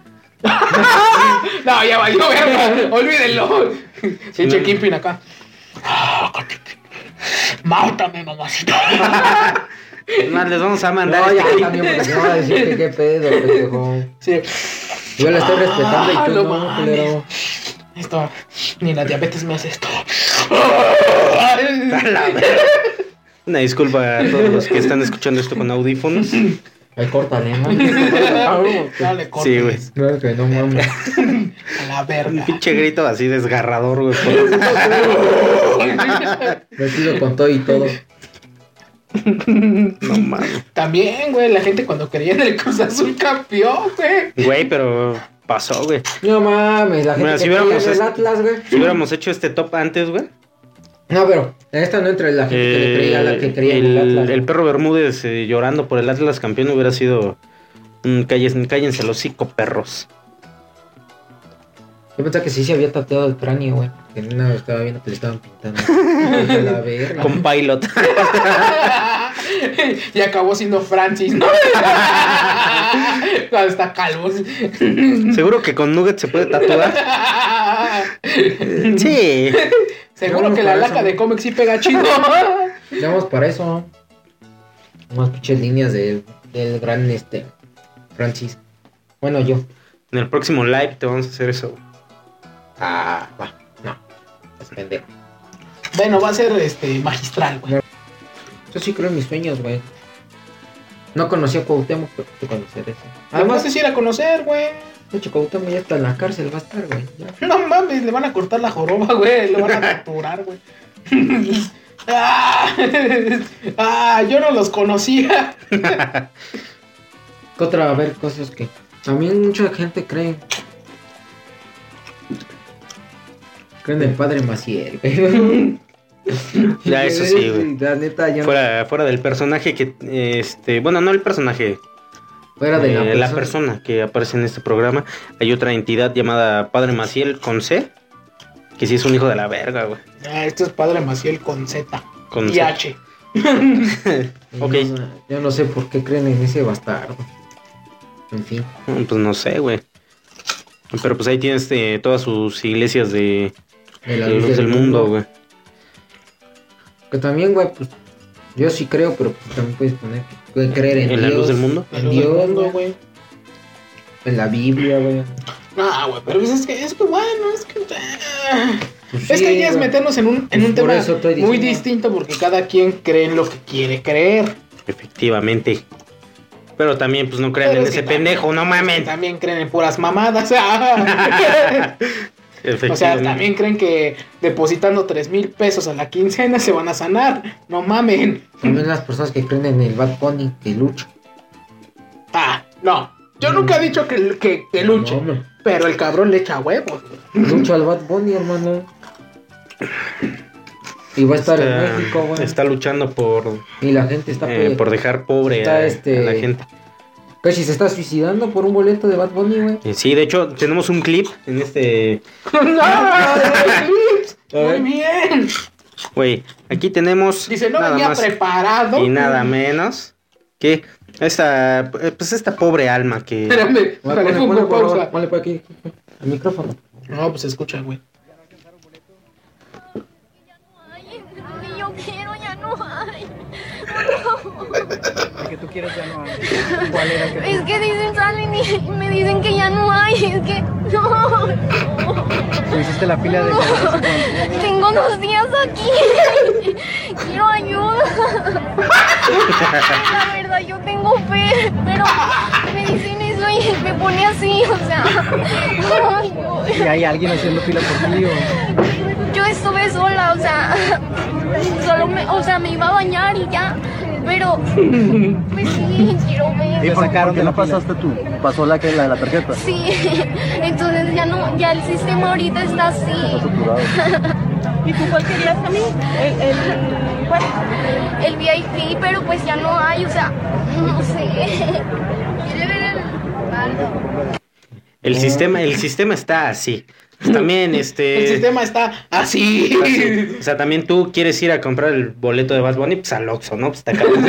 S1: No, ya valió, verga. Olvídenlo. Sí,
S3: No.
S1: Chequimpin acá. Ah, Cachiquín. Mátame, mamacita.
S3: Es más, les vamos a mandar.
S2: No,
S3: este
S2: ya
S3: clip.
S2: también, porque me va a decir que qué pedo, pendejo.
S1: Sí.
S2: Yo la estoy
S1: Ah,
S2: respetando y tú
S1: no
S2: no,
S1: mames.
S2: culero.
S1: Esto, ni la diabetes me hace esto.
S3: A la verga. Una disculpa a todos los que están escuchando esto con audífonos.
S2: Ay, córtale, ¿no?
S1: No le cortes.
S3: Sí, güey.
S2: Claro que no mames.
S1: A la
S3: Un
S1: verga.
S3: pinche grito así desgarrador, güey. por-
S2: Me pido con todo y todo.
S3: No mames.
S1: También, güey, la gente cuando creía en el Cruz Azul campeón, güey.
S3: Güey, pero pasó, güey.
S2: No mames, la gente
S3: Mira,
S2: que
S3: si hubiéramos
S2: cree en el
S3: es-
S2: Atlas, güey.
S3: Si hubiéramos hecho este top antes, güey,
S2: No, pero en esta no entre la gente que le creía a la que creía en el Atlas.
S3: el, el perro Bermúdez eh, llorando por el Atlas campeón hubiera sido. un cállense, cállense los cinco perros.
S2: Yo pensaba que sí se había tateado el cráneo, güey. Que en una estaba viendo que le estaban pintando. A la verga.
S3: Con pilot.
S1: y acabó siendo Francis, ¿no? Cuando está calvo.
S3: Seguro que con Nugget se puede tatuar. Sí.
S1: Seguro
S2: No,
S1: que la
S2: por eso.
S1: laca de cómics sí pega chido.
S2: Ya vamos para eso. Unas pinches líneas del, del gran este Francis. Bueno, yo.
S3: En el próximo live te vamos a hacer eso.
S2: Ah, va. No. Es pendejo.
S1: bueno, va a ser este magistral, güey.
S2: Yo sí creo en mis sueños, güey. No conocí a Cuauhtémoc, pero pude conocer eso.
S1: Además
S2: Además,
S1: es ir a conocer, güey.
S2: pinche Cuauhtémoc ya está en la cárcel, va a estar, güey. ya.
S1: No mames, le van a cortar la joroba, güey. Lo van a capturar, güey. ah, ah, yo no los conocía.
S2: ¿Qué otra? A ver, cosas que también mucha gente cree. Creen en el padre Maciel, güey.
S3: Ya, eso sí, güey.
S2: La neta, ya fuera,
S3: Fuera, fuera del personaje que. Este, bueno, no el personaje.
S2: de la,
S3: eh,
S2: persona.
S3: la persona que aparece en este programa. Hay otra entidad llamada Padre Maciel con C. Que sí es un hijo de la verga, güey.
S1: Ah, este es padre Maciel con Z
S3: Con
S1: y
S3: C.
S1: H.
S3: Ok.
S2: No, yo no sé por qué creen en ese bastardo. En fin.
S3: Mm, Pues no sé, güey. Pero pues ahí tienes este, todas sus iglesias de
S2: De
S3: la luz del mundo, güey.
S2: Que también, güey, pues yo sí creo, pero pues, también puedes poner puedes creer en,
S3: ¿En la
S2: Dios,
S3: luz del mundo?
S1: La
S2: En
S1: luz del
S2: Dios,
S1: mundo,
S2: güey.
S1: güey.
S2: En la Biblia, güey.
S1: No, güey, pero pues es que, es que bueno, es que. ah.
S2: Pues,
S1: es
S2: sí,
S1: que ya es
S2: güey.
S1: meternos en un, en un
S2: Por
S1: tema
S2: eso estoy
S1: muy
S2: diciendo.
S1: distinto porque cada quien cree en lo que quiere creer.
S3: Efectivamente. Pero también, pues no crean
S1: Pero
S3: en
S1: es que
S3: ese
S1: también-
S3: pendejo, no
S1: Que
S3: mamen.
S1: También creen en puras mamadas. ah.
S3: Efectivamente.
S1: o sea, también creen que depositando 3 mil pesos a la quincena se van a sanar. No mamen.
S2: También las personas que creen en el Bad Bunny que lucha.
S1: Ah, no. Yo
S2: Mm.
S1: nunca he dicho que, que, que luche,
S2: No, hombre.
S1: pero el cabrón le echa huevos.
S2: lucha al Bad Bunny, hermano. Y va a estar en México, güey.
S3: está luchando por,
S2: Y la gente está
S3: eh,
S2: pe-
S3: por dejar pobre
S2: está,
S3: a,
S2: este,
S3: a la gente.
S2: Casi se está suicidando por un boleto de Bad Bunny, güey.
S3: Eh, Sí, de hecho, tenemos un clip en este.
S2: A
S1: ¡No!
S2: ver.
S1: Muy bien.
S3: Güey, aquí tenemos.
S1: Dice, no
S3: nada
S1: venía
S3: más
S1: preparado.
S3: Y nada menos que esta. eh, Pues esta pobre alma que.
S1: Espérame,
S2: Ponle,
S1: espérame,
S2: ponle,
S1: pongo
S2: por favor,
S1: pausa.
S2: ponle por aquí, al micrófono.
S1: No, pues escucha, güey.
S4: Ay, que yo quiero, ya no hay.
S5: que tú quieres ya no hay. ¿Cuál era que
S4: Es que dicen, salen y y me dicen que ya no hay. Es que no.
S5: tú hiciste la fila de
S4: Tengo dos días aquí. Quiero ayuda. La verdad, yo tengo fe, pero me dicen eso y me pone así, o sea. ay, no.
S5: y hay alguien haciendo fila por ti o
S4: Yo estuve sola, o sea, solo me, o sea, me iba a bañar y ya, pero pues sí, quiero ver.
S5: te sacaron de la fila.
S6: tú? ¿Pasó la que la de la tarjeta?
S4: Sí, entonces ya no, ya el sistema ahorita está así.
S7: ¿Y tú cuál querías a mí? El, el, ¿cuál?
S4: El VIP, pero pues ya no hay, o sea, no sé. Quiero ver el baldo.
S3: El sistema, el sistema está así. Pues También, este.
S1: El sistema está así.
S3: así. O sea, también tú quieres ir a comprar el boleto de Bad Bunny, pues al Oxxo, ¿no? Pues está cabrón.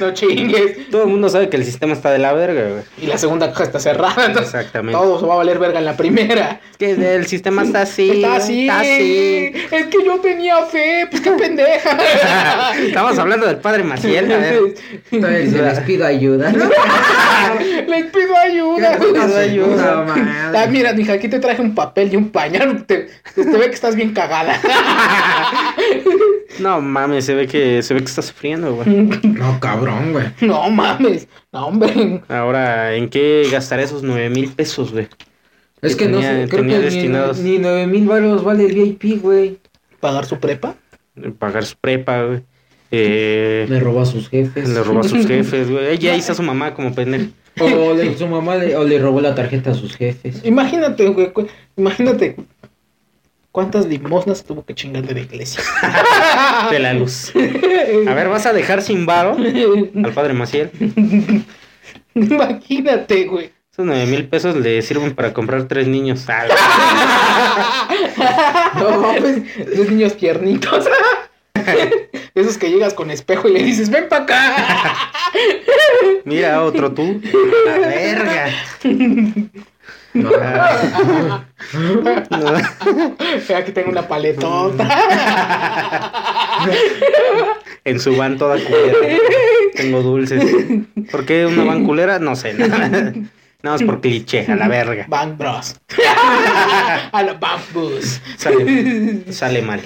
S1: no chingues.
S3: Todo el mundo sabe que el sistema está de la verga, güey.
S1: Y la segunda caja está cerrada. Entonces,
S3: Exactamente.
S1: todo se va a valer verga en la primera.
S3: Es que el sistema está así.
S1: está
S3: güey,
S1: así.
S3: Está así.
S1: Es que yo tenía fe. Pues qué pendeja.
S3: Estamos hablando del padre Maciel, a ver.
S2: Entonces, se les pido ayuda.
S1: Les pido ayuda.
S2: Puta
S3: Ah. ayuda.
S2: madre.
S1: Ah, mira, mija, aquí te traje un papel y un pañal. Te, te ve que estás bien cagada.
S3: No mames, se ve que se ve que está sufriendo, güey.
S2: No, cabrón, güey.
S1: No mames. No, hombre.
S3: Ahora, ¿en qué gastaré esos nueve mil pesos, güey?
S2: Es que no
S3: Tenía-
S2: sé, creo
S3: tenía
S2: que
S3: destinados.
S2: ni, ni 9 mil varos vale el VIP, güey.
S1: ¿Pagar su prepa?
S3: Pagar su prepa, güey. Eh,
S2: Me roba a sus jefes.
S3: le robó a sus jefes, güey. Ella hizo a su mamá como pendejo.
S2: O le, su mamá le, o le robó la tarjeta a sus jefes.
S1: Imagínate, güey. cu- Imagínate. ¿Cuántas limosnas tuvo que chingar de la iglesia?
S3: de la luz. A ver, ¿vas a dejar sin varo al padre Maciel?
S1: Imagínate, güey.
S3: Esos nueve mil pesos le sirven para comprar tres niños.
S1: No, pues, los niños tiernitos. Esos que llegas con espejo y le dices, ven para acá.
S3: Mira otro tú. La verga. Ah.
S2: No,
S1: Aquí tengo una paletota.
S3: En su van toda culera. Tengo dulces. ¿Por qué una van culera? No sé. Nada Nada más por cliché, a la verga.
S1: Bang Bros. A la Bang Bus.
S3: Sale, sale mal.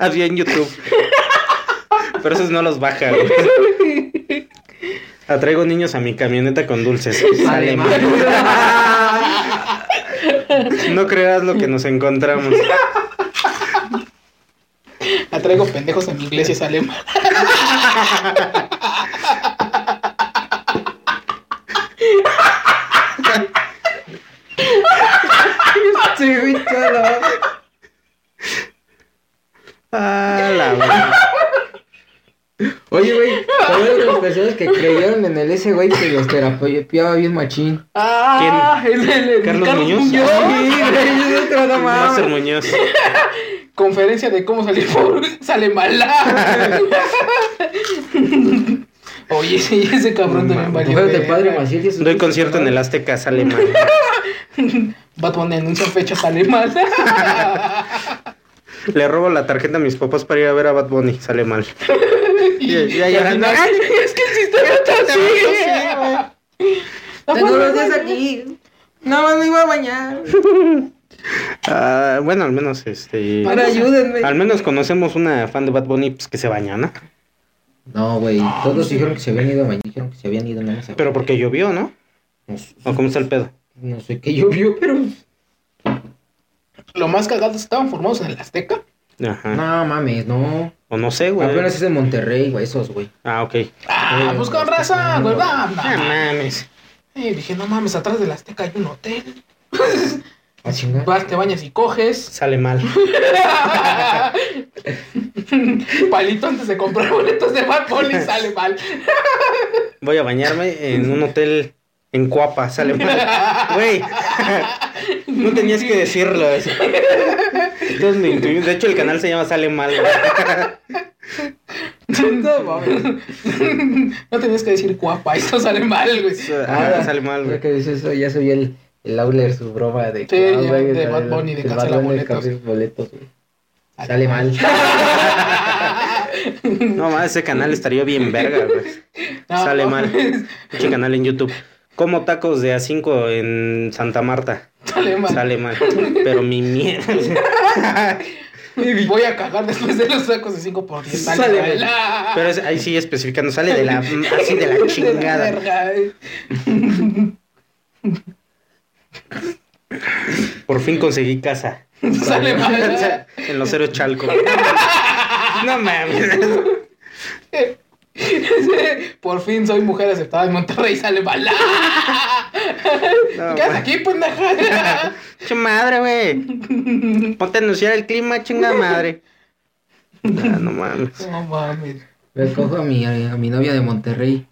S3: Había en YouTube. Pero esos no los baja. güey. Atraigo niños a mi camioneta con dulces. Sale mal. No creas lo que nos encontramos.
S1: Atraigo pendejos a mi iglesia y sale mal.
S3: A la verga.
S2: Oye, güey, todas las personas que creyeron en el ese güey que los terapiaba bien machín.
S1: ¿Quién?
S3: Carlos Muñoz. Nasser Muñoz.
S1: Conferencia de cómo salir pobre. Sale mal. Oye, ese, ese cabrón también valió.
S2: Mujer de
S1: verga.
S2: padre Maciel Jesús.
S3: Doy concierto en el Azteca, sale mal.
S1: Batman anuncia fecha, sale mal.
S3: Le robo la tarjeta a mis papás para ir a ver a Bad Bunny, sale mal. Ya- ya
S1: al
S3: llorando.
S1: final, "Ay, es que el sistema
S2: Este
S1: está así.
S2: Tengo los días aquí. No más me iba a bañar.
S3: Ah, bueno, al menos este.
S2: Ahora ayúdenme.
S3: Al menos conocemos una fan de Bad Bunny pues, que se baña, ¿no?
S2: No, güey, todos dijeron que se habían ido a bañar, dijeron que se habían ido nada más a
S3: Pero porque llovió, ¿no?
S2: No sé-
S3: ¿O cómo está el pedo?
S2: No sé qué llovió, pero.
S1: Lo más cagado estaban formados en el Azteca.
S3: Ajá.
S2: No mames, no.
S3: O no sé, Ah. güey.
S2: Apenas es de Monterrey, güey, esos, güey.
S3: Ah, ok.
S1: Ah, pues con raza, güey,
S3: Ah,
S1: banda.
S3: mames.
S1: Y dije, no mames, atrás del Azteca hay un hotel.
S2: A chingar.
S1: Vas, te bañas y coges.
S3: Sale mal.
S1: Palito antes de comprar boletos de Bad Bunny sale mal.
S3: Voy a bañarme en un hotel en Cuapa, sale mal. Güey. No tenías que decirlo eso. Entonces lo intuí. De hecho, el canal se llama Sale Mal. güey.
S1: No tenías que decir guapa, esto sale mal, güey. Sí,
S2: Ah,
S3: Ajá, sale mal, güey.
S2: Creo que dice eso, ya soy el, el Auler, su broma de.
S1: Sí,
S2: Ah,
S1: ya,
S2: güey,
S1: de
S2: sale-
S1: Bad Bunny, de
S2: Bad
S1: cancela
S2: Bunny, de
S1: boletos.
S2: cancela boletos, güey. Sale mal.
S3: No más, ese canal estaría bien verga, güey.
S2: Ah,
S1: No,
S3: Sale
S1: no.
S3: mal. Pinche canal en YouTube. Como tacos de A5 en Santa Marta.
S1: Sale mal.
S3: Sale mal. Pero mi mierda.
S1: Voy a cagar después de los sacos de 5 por 10. Sale,
S3: Sale
S1: mal. Ah,
S3: Pero es- ahí sí especificando, sale de la así de la chingada.
S1: verga, eh.
S3: Por fin conseguí casa.
S1: Sale mal.
S3: En los cero chalco. No mames.
S1: Por fin soy mujer aceptada en Monterrey. Sale mal. Ah,
S3: No,
S1: ¿Qué haces
S3: ma-
S1: aquí, pendeja?
S3: Che madre, güey. Ponte a anunciar el clima, chinga madre. Ah, no mames.
S1: No mames.
S2: Me cojo a mi, a mi novia de Monterrey.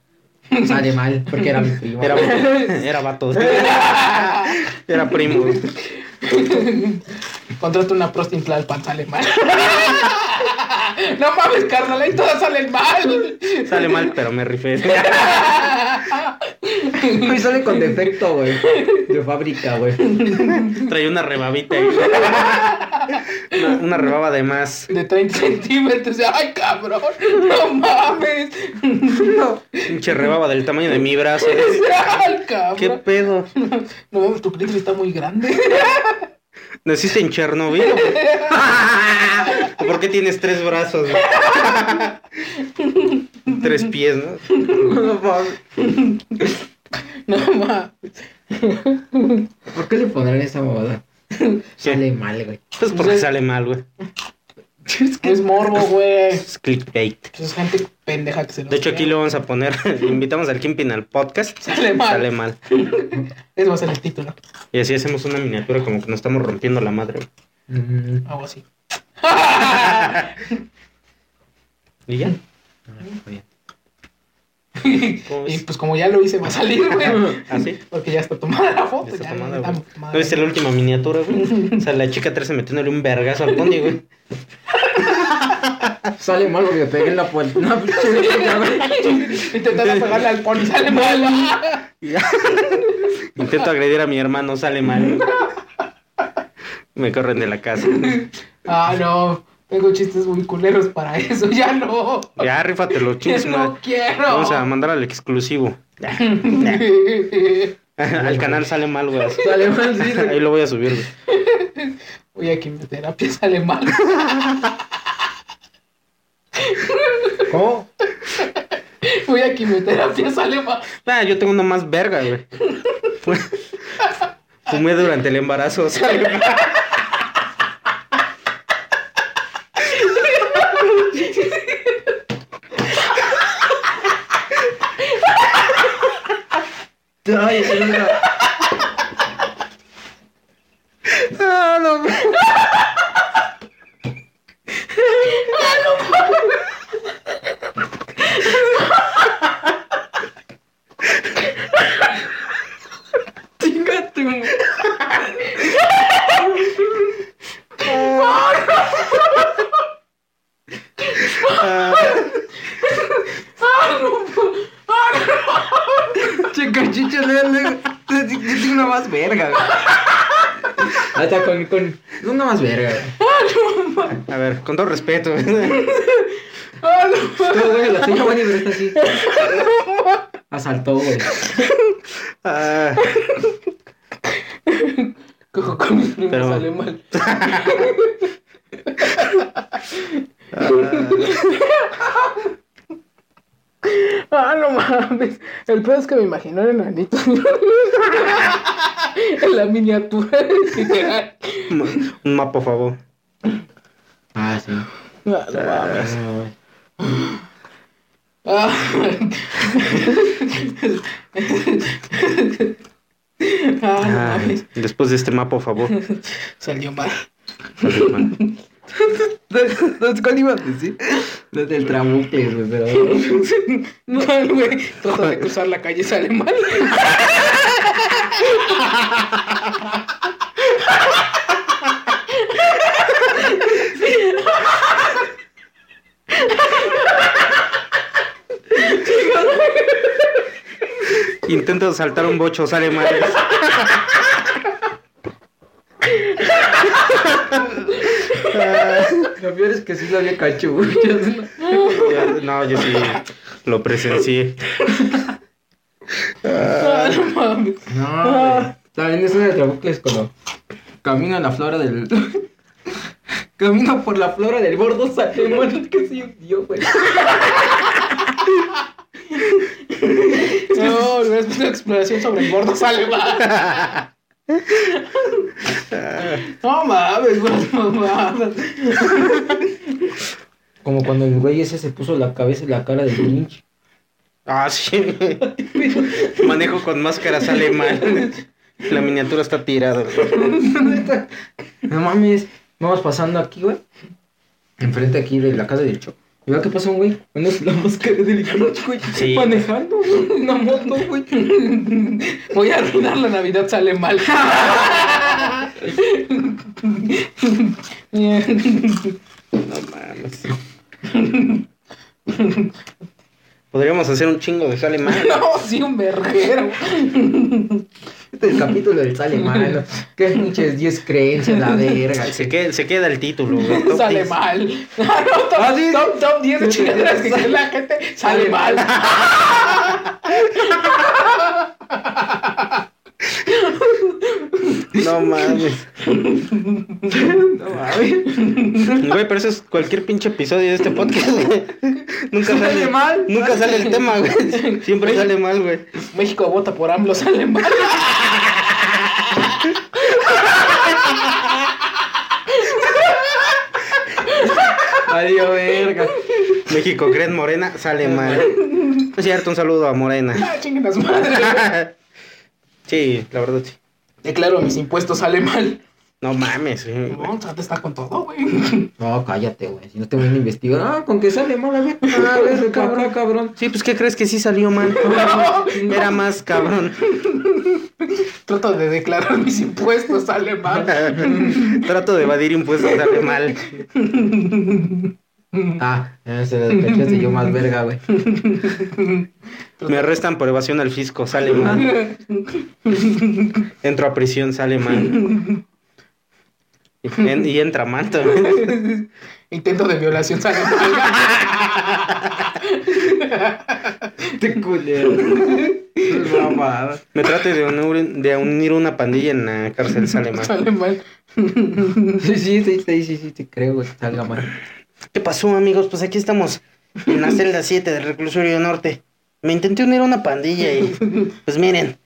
S2: Sale mal, porque era mi prima.
S3: Era, era vato. Era primo.
S1: Contrata una prosti en Tlalpan. Sale mal. No mames, carnal. Ahí todas salen mal.
S3: Sale mal, pero me rifé.
S2: Y sale con defecto, güey. De fábrica, güey.
S3: Traía una rebabita ahí. Una, una rebaba de más.
S1: De 30 centímetros. Ay, cabrón. No mames.
S3: Pinche rebaba del tamaño de mi brazo.
S1: Ay,
S3: ¿Qué
S1: cabrón.
S3: pedo?
S1: No mames, tu clítoris está muy grande.
S3: ¿Naciste en Chernobyl? ¿O ¿Por qué tienes tres brazos? güey? tres pies, ¿no?
S1: No mames.
S2: ¿Por qué le pondrán esa mamada?
S3: ¿Qué?
S2: Sale mal, güey.
S3: Pues porque sale mal, güey.
S1: Es morbo, güey.
S3: Es clickbait.
S1: Pues es gente pendeja que se lo
S3: De hecho, aquí
S1: cree.
S3: lo vamos a poner. Invitamos al Kimpin al podcast.
S1: Sale mal.
S3: Sale mal.
S1: Ese va a ser el título.
S3: Y así hacemos una miniatura como que nos estamos rompiendo la madre. güey.
S2: Mm,
S1: Algo así.
S3: Y ya. ¿Cómo
S1: y
S3: ves?
S1: pues como ya lo hice, va a salir, güey.
S3: ¿Así?
S1: Porque ya está tomada la foto.
S3: Ya está
S1: ya no
S3: tomada,
S1: está
S3: güey. Pues
S1: tomada.
S3: ¿No viste la última miniatura, güey? O sea, la chica 13 metiéndole un vergazo al pony, güey.
S2: Sale mal porque pegué en la puerta. No,
S1: Intentando pegarle al pony, sale mal.
S3: Intento agredir a mi hermano, sale mal. Me corren de la casa.
S1: Ah, no. Tengo chistes muy culeros para eso. Ya no.
S3: Ya, rífate los
S1: Ya
S3: chingues,
S1: no
S3: madre.
S1: quiero.
S3: Vamos a mandar al exclusivo. al canal sale mal, güey.
S2: sale mal, sí.
S3: Ahí lo voy a subir, güey.
S1: Oye, aquí mi terapia sale mal.
S2: ¿Cómo?
S1: Voy a quimioterapia, sale mal.
S3: Ah, yo tengo una más verga, güey. Fu- Fumé durante el embarazo, o sea,
S2: Ay, verga.
S3: Ah, no, güey. Ah,
S2: Chico, chicho, le, le, le- yo tengo una más verga, güey. Ahí está con, con. Una más verga, güey.
S3: A ver, con todo respeto.
S2: Todo, güey, la tuya, Bonnie, pero está así. Asaltó, güey.
S3: Ah,
S1: Cojo con mis primos,
S3: Pero-
S1: sale mal. Ah, no mames. El pedo es que me imaginó el enanito. en la miniatura. literal.
S3: un un mapa, por favor.
S2: Ah, sí.
S1: Ah, no mames.
S2: Ah,
S1: Ah.
S2: güey.
S1: Ah, no
S3: Ah,
S1: mames.
S3: después de este mapa, por favor.
S1: Salió mal.
S3: Sale mal.
S2: ¿Cuál iba a decir? Los del trabucles, güey, pero.
S1: No, güey. Trata de cruzar la calle, sale mal.
S3: Intento saltar un bocho, sale mal.
S2: Lo peor es que sí lo había cacho, güey.
S3: Ya, No, yo sí lo presencié.
S1: Ah, no mames.
S2: No, güey. También es una de trabucles cuando camino en la flora del. camino por la flora del bordo, sale mal, que sí, Dios, güey.
S1: No, no es una exploración sobre el gordo, sale mal. No mames, güey, no mames.
S2: Como cuando el güey ese se puso la cabeza y la cara del Grinch.
S3: Ah, sí. Manejo con máscara, sale mal. La miniatura está tirada.
S2: No mames, vamos pasando aquí, güey. Enfrente aquí de la casa del Choco. Y veo que pasa un güey con es- la máscara del Grinch, güey.
S3: Sí.
S2: Manejando, güey, una moto, güey.
S1: Voy a arruinar la Navidad, sale mal.
S3: No mames. Podríamos hacer un chingo de sale mal.
S1: No, sí, un verguero.
S2: Este es el capítulo del sale malo. Qué pinches 10 creencias, la verga.
S3: Se queda, se queda el título, güey. Top
S1: Sale
S3: 10.
S1: mal. No, no, top,
S2: Ah, sí.
S1: top, top 10 de
S2: Sí, sí,
S1: chingaderas que
S2: sale-
S1: cree la gente, sale
S2: sale
S1: mal.
S3: No mames.
S2: No mames.
S3: Güey, pero eso es cualquier pinche episodio de este podcast, güey. Nunca
S2: Sale
S3: sale,
S2: mal.
S3: Nunca sale el tema, güey. Siempre sale mal, güey.
S1: México vota por AMLO, sale mal.
S2: Adiós, verga.
S3: México, creen Morena, sale mal. No es cierto, un saludo a Morena.
S1: Ah, chinguen a su madre.
S3: sí, la verdad sí.
S2: Declaro mis impuestos, sale mal.
S3: No mames. sí, güey.
S1: No, Chate está con todo, güey.
S2: No, cállate, güey. Si no te van a investigar. Ah, con que sale mal, a ver. Ah, ves, cabrón, cabrón.
S3: Sí, pues ¿qué crees que sí salió mal? Era más cabrón.
S1: Trato de declarar mis impuestos, sale mal.
S3: Trato de evadir impuestos, sale mal.
S2: Ah, ese cachaste yo más verga, güey.
S3: Me arrestan por evasión al fisco, sale mal. Entro a prisión, sale mal. Y, en- y entra mal también.
S1: Intento de violación, sale mal.
S2: Te culero. Mamada.
S3: Me trate de unir, de unir una pandilla en la cárcel, sale mal.
S1: Sale mal.
S2: Sí, sí, sí, sí, sí, sí, te creo, güey, que salga mal.
S3: ¿Qué pasó, amigos? Pues aquí estamos en la celda 7 del reclusorio norte. Me intenté unir a una pandilla y pues miren,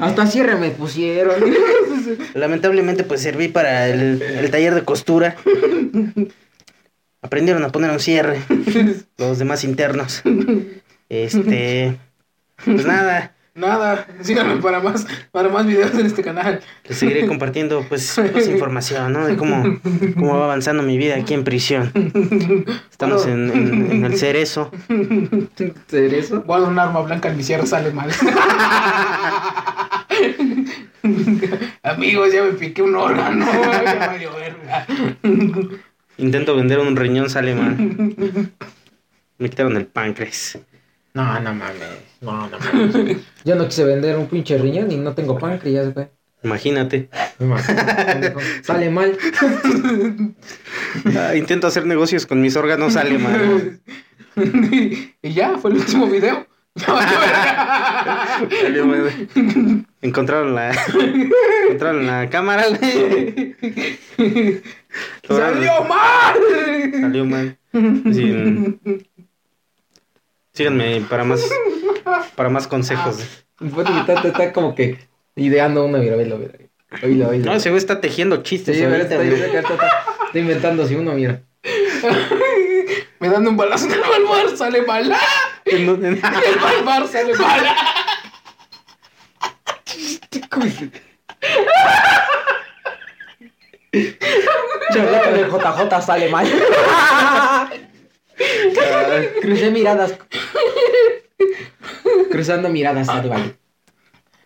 S2: Hasta cierre me pusieron.
S3: lamentablemente pues serví para el, el taller de costura. Aprendieron a poner un cierre los demás internos. Este, pues nada,
S1: Nada, síganme para más, para más videos en este canal.
S3: les seguiré compartiendo pues, pues, información, ¿no? De cómo, cómo va avanzando mi vida aquí en prisión. Estamos en, en- en el cerezo.
S2: ¿Cerezo?
S1: Guardo un arma blanca en mi sierra, sale mal. Amigos, ya me piqué un órgano. ya valió verga.
S3: Intento vender un riñón, sale mal. Me quitaron el páncreas.
S2: No, no mames. No, no mames. Yo no quise vender un pinche riñón y no tengo páncreas, güey.
S3: Imagínate.
S2: No mames, pendejo. Sale mal.
S3: Ah, intento hacer negocios con mis órganos, sale mal.
S1: y ya, fue el último video. Ya valió verga.
S3: Salió mal. Encontraron la. Encontraron la cámara. güey. Lograron-
S1: ¡Salió mal!
S3: Salió mal. Sí. Síganme para más. Para más consejos.
S2: Puedo está, está como que ideando una, mira, velo, mira. Oílo, oílo.
S3: No, ese güey está tejiendo
S2: Ah, Sí,
S3: chistes.
S2: pero
S3: ahorita,
S2: estoy,
S3: güey.
S2: estoy, estoy inventando si uno, mira.
S1: Me dan un balazo en el malvar, sale mal. ¡Ah!
S3: En donde-
S1: El malvar sale mal. ¡Ah!
S2: Charlota de JJ sale mal. Crucé miradas. Cruzando miradas sale mal.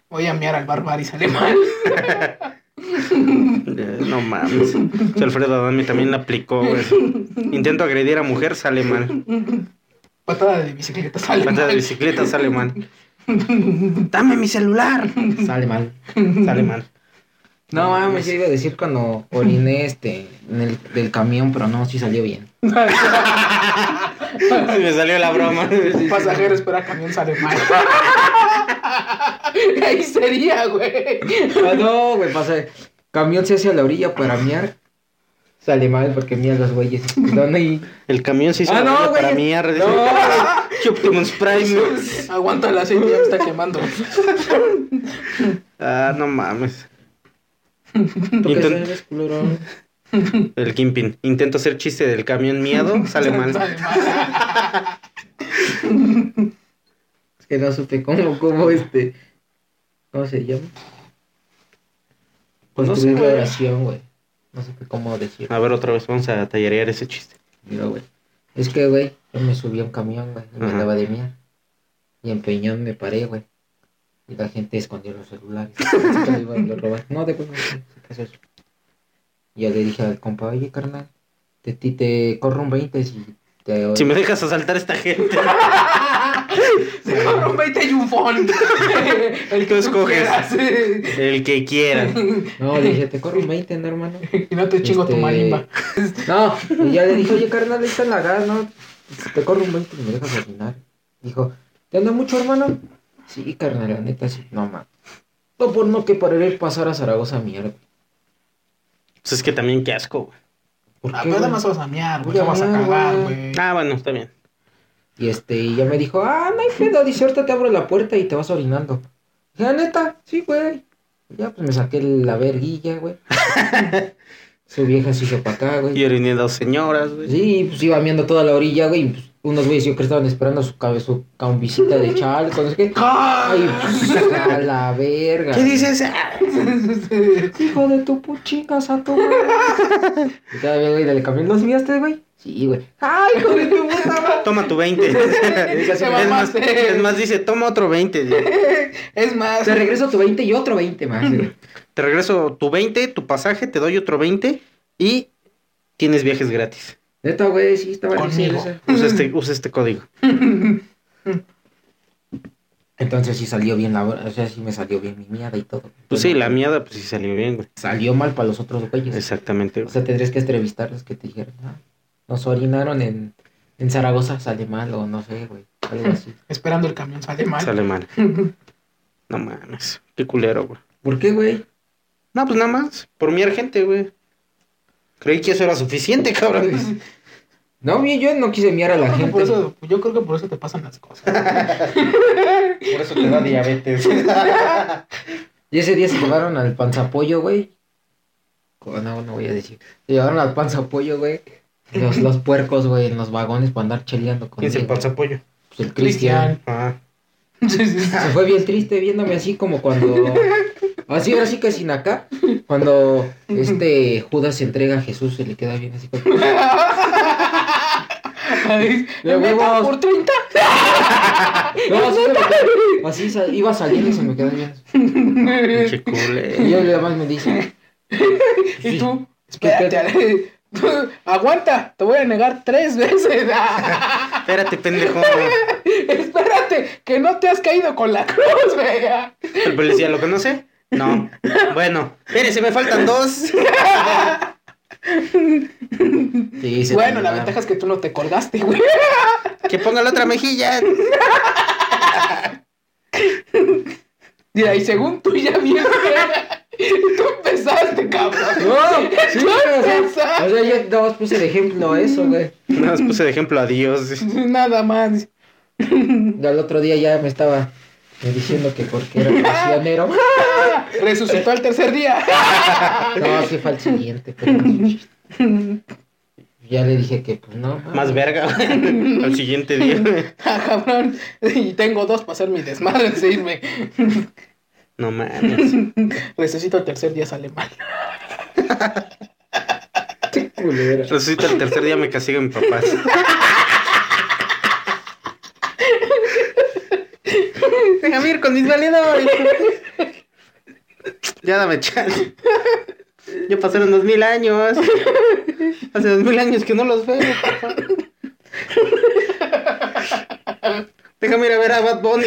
S1: Voy a enviar al barbar y sale mal.
S3: Eh, No mames. Ese Alfredo Adami también la aplicó, güey. Intento agredir a mujer, sale mal.
S1: Patada de bicicleta sale
S3: Patada de
S1: mal.
S3: bicicleta, sale mal. Dame mi celular.
S2: Sale mal.
S3: Sale mal.
S2: No mames, yo iba a decir cuando oriné este en el del camión, pero no, sí salió bien.
S3: Me salió la broma.
S1: Pasajero espera camión sale mal. Ahí sería, güey.
S2: Ah, no, güey, pasa. Camión se hace a la orilla para miar. Sale mal porque mian los güeyes. ¿Dónde y...
S3: El camión se hizo
S2: Ah,
S3: la
S2: no,
S3: broma
S2: güey.
S3: para mí. arre, dice.
S2: No.
S3: Optimus Prime.
S1: Aguanta la aceite, ya me está quemando.
S3: Ah, no mames.
S2: ¿Tú qué
S3: Inten-
S2: sabes, culero?
S3: el Kimpin. Intento hacer chiste del camión miado, sale mal.
S1: Sale mal.
S2: Es que no supe cómo, cómo este. ¿Cómo se llama?
S3: Pues no
S2: Construir
S3: sé,
S2: la
S3: güey.
S2: oración, güey. No supe cómo decir.
S3: A ver, otra vez vamos a tallarear ese chiste.
S2: Mira, güey. Es que, güey, yo me subí a un camión, güey, y me
S3: Ajá.
S2: daba de miar. Y en Peñón me paré, güey. Y la gente escondió los celulares. Que me iban a robar. No, de acuerdo, sí, sí, ¿qué es eso? Y Yo le dije al compa, oye, carnal, de ti te corro un 20 si te...
S3: Si me dejas asaltar a esta gente,
S1: Se corre un 20 y un font. El
S3: Tú escoges.
S1: quieras.
S3: el que quiera.
S2: No, le dije, te corro un 20, ¿no, hermano?
S1: Y no te chingo tu
S2: Este,
S1: marimba.
S2: No, y ya le dije, oye, carnal, ahí está la gas, ¿no? Si te corro un 20 y me dejas terminar. Dijo, ¿te anda mucho, hermano? Sí, carnal, la neta, sí. No, ma. No, por no que para ir pasar a Zaragoza, mierda.
S3: Pues es que también qué asco, güey.
S2: ¿Por
S1: Ah,
S2: qué,
S1: pero
S2: güey?
S1: nada más vas a mear, güey.
S2: Voy a
S1: No vas a
S2: mear,
S1: cagar,
S2: güey.
S1: güey.
S3: Ah, bueno, está bien.
S2: Y este, y ya me dijo, ah, no hay pedo, dice, ahorita te abro la puerta y te vas orinando. Dije, "Ah, neta, sí, güey. Y Ya, pues me saqué la verguilla, güey. Su vieja se hizo para acá, güey.
S3: Y oriné dos señoras, güey.
S2: Sí, pues iba viendo toda la orilla, güey. y, pues, unos güeyes yo creo que estaban esperando su cabeza, su camisita de charco, no sé qué. Ay, pues, a la verga.
S3: ¿Qué dices? Ah,
S2: Hijo de tu puchingas a tu madre. Y todavía, güey, del camión. ¿Los miraste, güey? Sí, güey. Ay, hijo de tu puta madre.
S3: Toma tu 20. es, más,
S1: mamaste.
S3: es más, dice, toma otro 20. dice.
S1: Es más,
S2: Te regreso tu 20 y otro 20 más, güey.
S3: Te regreso tu 20, tu pasaje, te doy otro 20 y tienes viajes gratis.
S2: Neta, güey, sí, estaba difícil
S1: Conmigo.
S2: esa.
S3: Usa este, usa este código.
S2: Entonces sí salió bien la... O sea, sí me salió bien mi mierda y todo.
S3: Pues sí, la mierda, pues sí salió bien, güey.
S2: Salió mal para los otros güeyes.
S3: Exactamente.
S2: O
S3: güey.
S2: sea, tendrías que entrevistarlos que te dijeron, ah, nos orinaron en, en Zaragoza, sale mal o no sé, güey. Algo así.
S1: esperando el camión sale mal.
S3: Sale mal. No mames. Qué culero, güey.
S2: ¿Por qué, güey?
S3: No, pues nada más. Por mi gente, güey. Creí que eso era suficiente, cabrón.
S2: No, mi- yo no quise miar a la
S1: Creo que
S2: gente.
S1: por eso- yo creo que por eso te pasan las cosas.
S3: Por eso te da diabetes.
S2: Y ese día se llevaron al panzapollo, güey. Oh, No, no voy a decir. Se llevaron al panzapollo, güey. Los, los puercos, güey, en los vagones para andar cheleando con
S3: ¿Quién se
S2: él, güey.
S3: pasa pollo?
S2: Pues el Cristian.
S3: Ah.
S1: Sí, sí, sí.
S2: Se fue bien triste viéndome así como cuando. Así, ahora sí que sin acá. Cuando este Judas se entrega a Jesús, se le queda bien así como.
S1: Ay,
S2: De
S1: neta,
S2: huevos.
S1: por 30.
S2: No, así, se me quedó- así sa- iba saliendo y se me quedó bien.
S3: Pinche
S2: Y
S3: culero.
S2: Eh, yo nada más me dice.
S1: Y tú,
S2: ¿Qué- qué-
S1: espérate, Ale. Tú, aguanta, te voy a negar tres veces.
S3: Espérate, pendejo.
S1: Espérate, que no te has caído con la cruz, vea.
S3: El policía lo conoce. No. Bueno, espérese, me faltan dos.
S2: Sí, se
S1: Bueno, la
S2: tardaron.
S1: ventaja es que tú no te colgaste, güey.
S3: Que ponga la otra mejilla.
S1: Mira, y según tú ya vienes, tú empezaste, cabrón.
S2: No, sí,
S1: Tú
S2: o sea,
S1: empezaste.
S2: o sea, yo nada más puse de ejemplo eso, güey.
S3: Nada más puse de ejemplo a Dios.
S1: Nada más.
S2: Al otro día ya me estaba diciendo que porque era prisionero.
S1: Resucitó al tercer día. Ah,
S2: No, sí fue al siguiente. pues, pero- Ya le dije que, pues no. mames.
S3: Más verga. güey. Al siguiente día.
S1: Ah, cabrón. Y tengo dos para hacer mi desmadre, sí, güey.
S3: No mames.
S1: Resucito al tercer día, sale mal.
S3: Resucita el tercer día, me castiga mi papá. Déjame ir con mis valedores. Ya dame chance. Ya pasaron dos mil años. Hace dos mil años que no los veo, papá. Déjame ir a ver a Bad Bunny.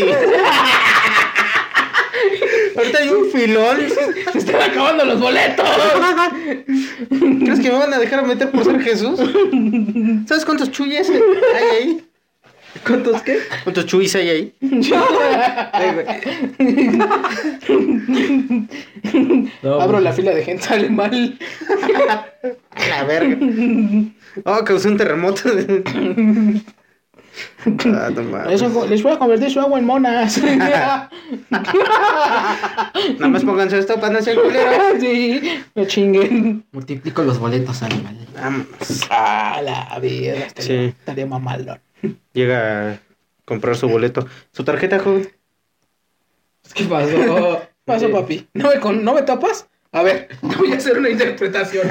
S3: Ahorita hay un filón.
S1: Se están acabando los boletos.
S3: ¿Crees que me van a dejar meter por ser Jesús? ¿Sabes cuántos chuyes hay ahí?
S2: ¿Cuántos qué?
S3: ¿Cuántos chuyes hay ahí?
S2: No,
S1: Abro la fila de gente, sale mal.
S3: A la verga. Oh, causó un terremoto. ah, no mames.
S1: Eso, les voy a convertir su agua en monas.
S3: Nada más pónganse esto para no ser culeros.
S1: sí, me chinguen.
S2: Multiplico los boletos, animal.
S3: Vámonos.
S1: A Ah, la vida. Estaría,
S3: Sí.
S1: estaría mamalón.
S3: Llega a comprar su boleto. ¿Su tarjeta, joven?
S2: ¿Qué pasó?
S1: Paso, papi. ¿No me, con- ¿No me tapas? A ver, voy a hacer una interpretación.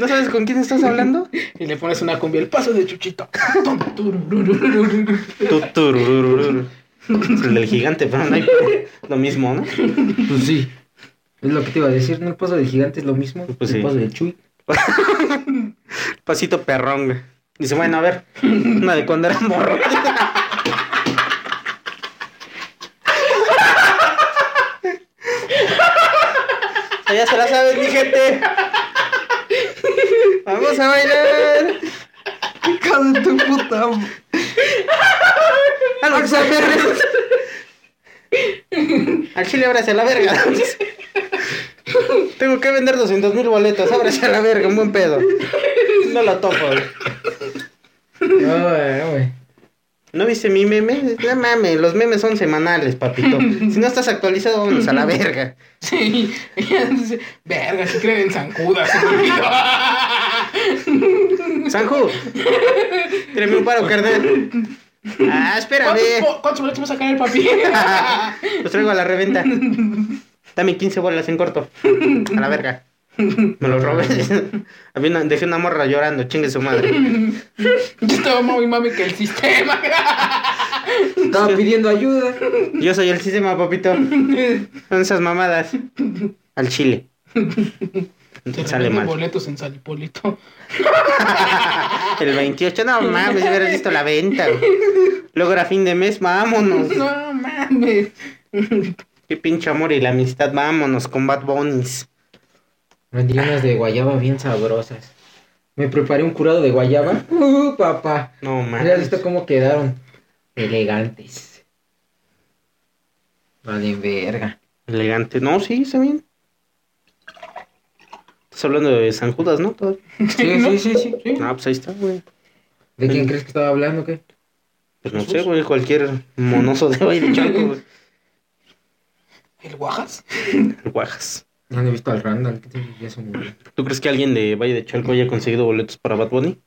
S3: ¿No sabes con quién estás hablando?
S1: Y le pones una cumbia, el paso de Chuchito.
S3: Tú, turururururu. Es El del gigante, pero no hay lo mismo, ¿no?
S2: Pues sí. Es lo que te iba a decir, ¿no? El paso del gigante es lo mismo.
S3: Pues sí.
S2: El paso del chuy.
S3: Pasito perrón, güey. Dice, bueno, a ver, una de cuando era morro. Ya se la sabes, mi gente. Vamos a bailar.
S2: Hijo de tu puta.
S3: A los perros. Al chile, ábrase a la verga. Tengo que vender 200 mil boletos. Ábrase a la verga, un buen pedo. No lo toco, güey.
S2: No, Ah, güey, güey.
S3: ¿No viste mi meme? No mames, los memes son semanales, papito. Si no estás actualizado, vámonos a la verga.
S1: Sí, ella dice, verga, si creen en zancuda, se me olvidó".
S3: Sanju, tírame un paro, carnal. Ah, espérame.
S1: ¿Cuántos, po- ¿Cuántos boletos va a sacar el papi?
S3: Los traigo a la reventa. Dame 15 bolas en corto. A la verga. Me los robé. Había una- dejé una morra llorando, chingue su madre.
S1: Yo estaba mami mami que el sistema.
S2: Estaba pidiendo ayuda.
S3: Yo soy el sistema, papito. Son esas mamadas. Al chile. Sale
S1: Vende
S3: mal.
S1: boletos en San Hipólito.
S3: El 28, no mames, hubieras visto la venta. Luego era fin de mes, vámonos.
S1: No mames.
S3: Qué pinche amor y la amistad, vámonos con Bad Bunnies.
S2: Vendí unas de guayaba bien sabrosas. Me preparé un curado de guayaba. Uh, papá.
S3: No
S2: ¿Ya has
S3: mames.
S2: visto cómo quedaron? Elegantes. Vale, verga.
S3: Elegante. No, sí, está bien. Estás hablando de San Judas, ¿no? Todavía.
S2: Sí, sí, sí, sí.
S3: Ah, pues ahí está, güey.
S2: ¿De quién crees que estaba hablando? o ¿Qué?
S3: Pues no sé, güey, cualquier monoso de hoy de Chaco, güey.
S1: ¿El Guajas?
S3: Guajas.
S2: No he visto al Randall. que te- Ya se murió.
S3: ¿Tú crees que alguien de Valle de Chalco haya conseguido boletos para Bad Bunny?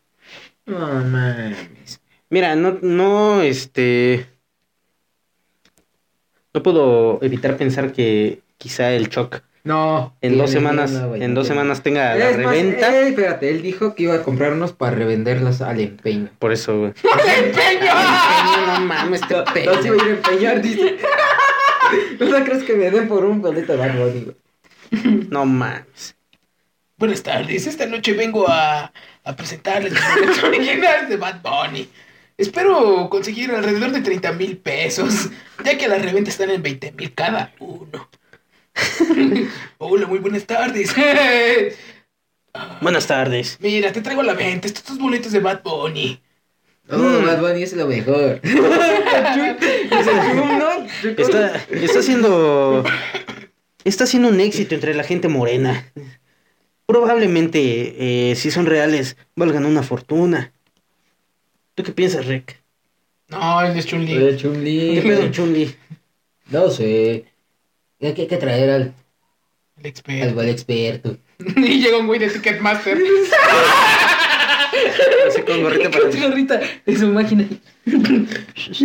S2: No mames.
S3: Mira, no, no, este. No puedo evitar pensar que quizá el Choc
S2: No.
S3: en
S2: tiene
S3: dos semanas,
S2: una, güey,
S3: en
S2: no
S3: dos
S2: tiene.
S3: semanas tenga la
S2: Es más,
S3: reventa.
S2: eh, espérate, él dijo que iba a comprar unos para revenderlos al empeño.
S3: Por eso, güey. No mames, este
S2: No se iba a ir a empeñar, dice. ¿No crees que me den por un boleto de algo, digo?
S3: No mames.
S1: Buenas tardes, esta noche vengo a, a presentarles los boletos originales de Bad Bunny. Espero conseguir alrededor de 30 mil pesos, ya que a la reventa están en 20 mil cada uno. Hola, muy buenas tardes.
S3: Buenas tardes.
S1: Mira, te traigo a la venta estos dos boletos de Bad Bunny.
S2: Oh, Bad Bunny es lo mejor.
S3: Está, está haciendo. Está haciendo un éxito entre la gente morena. Probablemente, eh, si son reales, valgan una fortuna. ¿Tú qué piensas, Rick?
S1: No, el de chun
S2: El chumli.
S3: ¿Qué pedo, Chunli?
S2: No sé. Hay que, hay que traer al,
S1: el experto.
S2: al, al experto.
S1: y llega un güey de Ticketmaster.
S3: Así con gorrita para
S2: Con su gorrita de su máquina.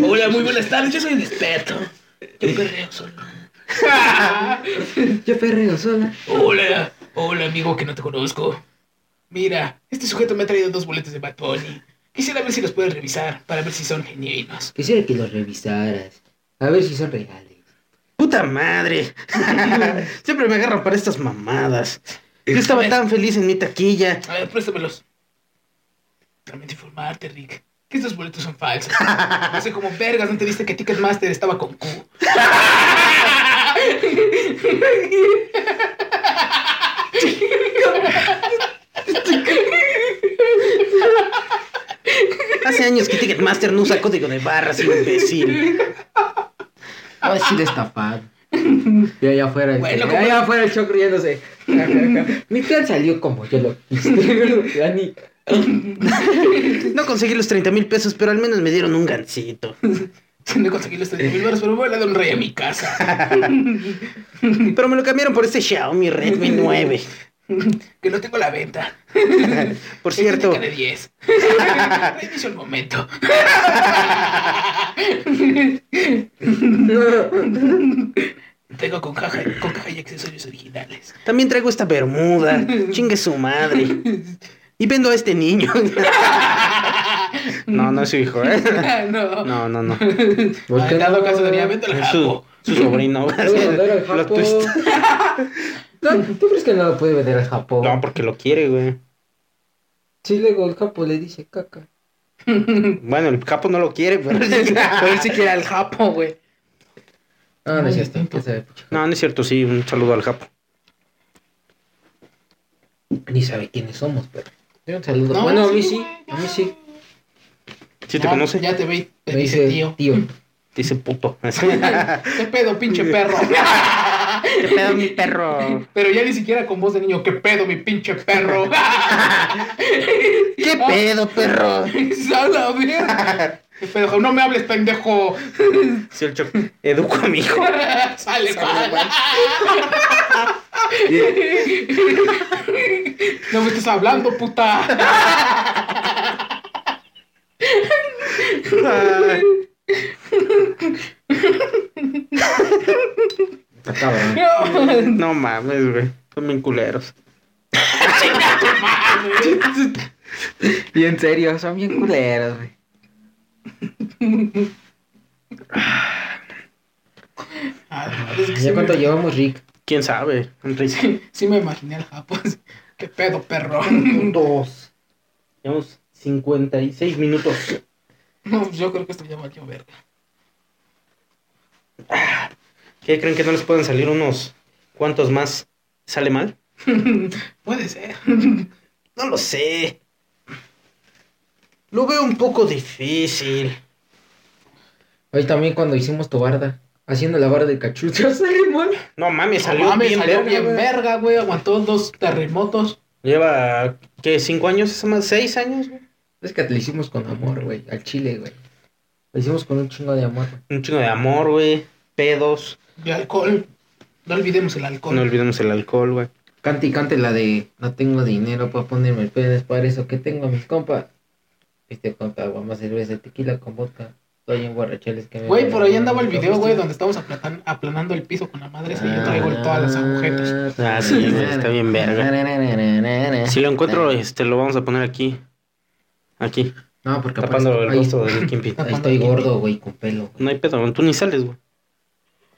S1: Hola, muy buenas tardes, yo soy el experto. Yo perreo solo.
S2: Yo perreo sola.
S1: Hola, hola amigo que no te conozco. Mira, este sujeto me ha traído dos boletos de Bad Bunny. Quisiera ver si los puedes revisar para ver si son genuinos.
S2: Quisiera que los revisaras. A ver si son reales.
S3: ¡Puta madre! Siempre me agarran para estas mamadas. Yo estaba tan feliz en mi taquilla.
S1: A ver, préstamelos. Lamento informarte, Rick, que estos boletos son falsos. No sé cómo vergas, ¿no te diste que Ticketmaster estaba con Q?
S3: Hace años que Ticketmaster no usa código de barras, imbécil.
S2: Ahora Ah, sí destapado. Y allá afuera el,
S1: Bueno,
S2: y
S1: como-
S2: allá afuera el choc riéndose. Mi plan salió como yo lo quise. Ya ni-
S3: No conseguí los 30 mil pesos, pero al menos me dieron un gancito.
S1: Si no conseguí los 30 mil dólares, pero voy a dar un rey a mi casa.
S3: Pero me lo cambiaron por este Xiaomi Redmi 9.
S1: Que no tengo a la venta.
S3: Por cierto,
S1: Estética de 10. Reinicio el momento. Tengo con caja, con caja y accesorios originales.
S3: también traigo esta bermuda. Chingue su madre. Y vendo a este niño. No, no es su hijo, ¿eh?
S1: no.
S3: No, no, no.
S2: ¿Por
S1: Ah,
S2: qué
S1: en dado
S2: no?
S1: caso diría, vendo el
S3: Es su,
S1: japo.
S3: su sobrino.
S2: Lo voy a vender al
S3: Plot
S2: Japón.
S3: twist.
S2: No, ¿Tú crees que no lo puede vender al Japón?
S3: No, porque lo quiere, güey.
S2: Sí, luego el Japón le dice caca.
S3: Bueno, el capo no lo quiere, pero él sí- pero él sí quiere al japo.
S1: güey.
S2: Ah, no
S1: Muy
S2: es cierto.
S1: distinto.
S2: quién sabe, pucha.
S3: No, no es cierto, sí, un saludo al japo.
S2: Ni sabe quiénes somos, pero. Yo un saludo.
S1: No,
S2: bueno, a mí
S1: sí,
S2: sí.
S1: güey,
S2: A mí sí.
S3: ¿Sí te
S1: Ah,
S3: conoce?
S1: Ya te ve, te
S2: Me
S1: dice
S2: dice
S1: tío.
S2: tío.
S3: Dice puto.
S1: ¿Qué pedo, pinche perro?
S3: Te pedo mi perro.
S1: Pero ya ni siquiera con voz de niño, ¿qué pedo, mi pinche perro?
S3: ¿Qué pedo, perro?
S1: ¡Sala, verga! ¿Qué pedo? No me hables, pendejo.
S3: Sí, el choc. Educo a mi hijo.
S1: Sale, pan. no me estás hablando, puta.
S3: Ay.
S2: Está cabrón.
S3: No mames, güey. Son bien culeros.
S2: Y en serio, son bien culeros, güey.
S1: Ah, es que sí
S2: ¿Ya cuánto
S1: me-
S2: llevamos, Rick?
S3: ¿Quién sabe? Entonces,
S1: Sí me imaginé al Japón. ¿Qué pedo, perro?
S3: Dos. Llevamos 56 minutos.
S1: No, yo creo que esto ya valió verga.
S3: ¿Qué creen que no les pueden salir unos cuantos más? ¿Sale mal?
S1: Puede ser.
S3: No lo sé. Lo veo un poco difícil.
S2: Hoy también cuando hicimos tu barda, haciendo la barda de cachucha, salió mal.
S3: No mames, salió
S1: No mames,
S3: bien
S1: salió
S3: verga,
S1: bien
S3: güey.
S1: verga, güey. Aguantó dos terremotos.
S3: Lleva, ¿qué? ¿Cinco años esa más? ¿Seis años? güey?
S2: Es que lo hicimos con amor, güey, al chile, güey. Lo hicimos con un chingo de amor, güey.
S3: Un chingo de amor, güey. Pedos.
S1: Y alcohol. No olvidemos el alcohol.
S3: No olvidemos el alcohol, güey.
S2: Cante y cante la de no tengo dinero para ponerme el pedo, es para eso que tengo a mis compas. Viste, compa, agua más cerveza, tequila con vodka. Estoy en borrachales que me.
S1: Güey, por ahí andaba el video, güey, donde estamos aplatan- aplanando el piso con la madre esa y yo traigo todas las agujetas.
S3: Ah, sí, güey, está bien
S2: verga.
S3: Si lo encuentro,
S2: eh.
S3: este, lo vamos a poner aquí. Aquí,
S2: No, porque aparte-
S3: tapando el
S2: ahí-
S3: rostro del Kimpi.
S2: Ahí estoy gordo, güey, con pelo. güey.
S3: No hay pedo, tú ni sales, güey.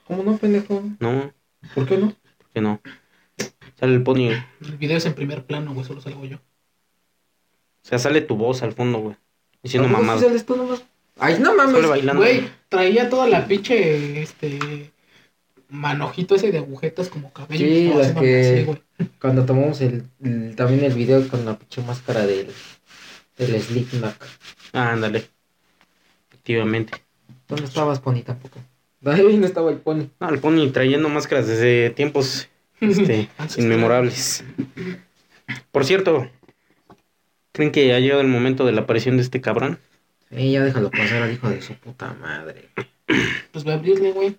S2: ¿Cómo no, pendejo?
S3: No,
S2: ¿Por qué no?
S3: que no. Sale el pony, güey.
S1: El video es en primer plano, güey, solo salgo yo.
S3: O sea, sale tu voz al fondo, güey. Diciendo
S2: ¿A poco sí
S3: mamada.
S2: sales tú nomás? pues, Ay, no mames.
S3: Sale bailando.
S1: Güey, traía toda la pinche, este, manojito ese de agujetas como cabello.
S2: Sí,
S1: Estaba
S2: la
S1: haciendo
S2: que-
S1: así, güey.
S2: Cuando tomamos el, el- también el video con la pinche máscara del, del Slicknack.
S3: Ah, ándale. Efectivamente.
S2: ¿Dónde estabas, Pony, tampoco? Ahí no estaba el Pony.
S3: No, el pony trayendo máscaras desde tiempos este,
S1: Antes
S3: inmemorables. Por cierto, ¿creen que ha llegado el momento de la aparición de este cabrón?
S2: Sí, ya déjalo pasar al hijo de su puta madre.
S1: Pues voy a abrirle, güey.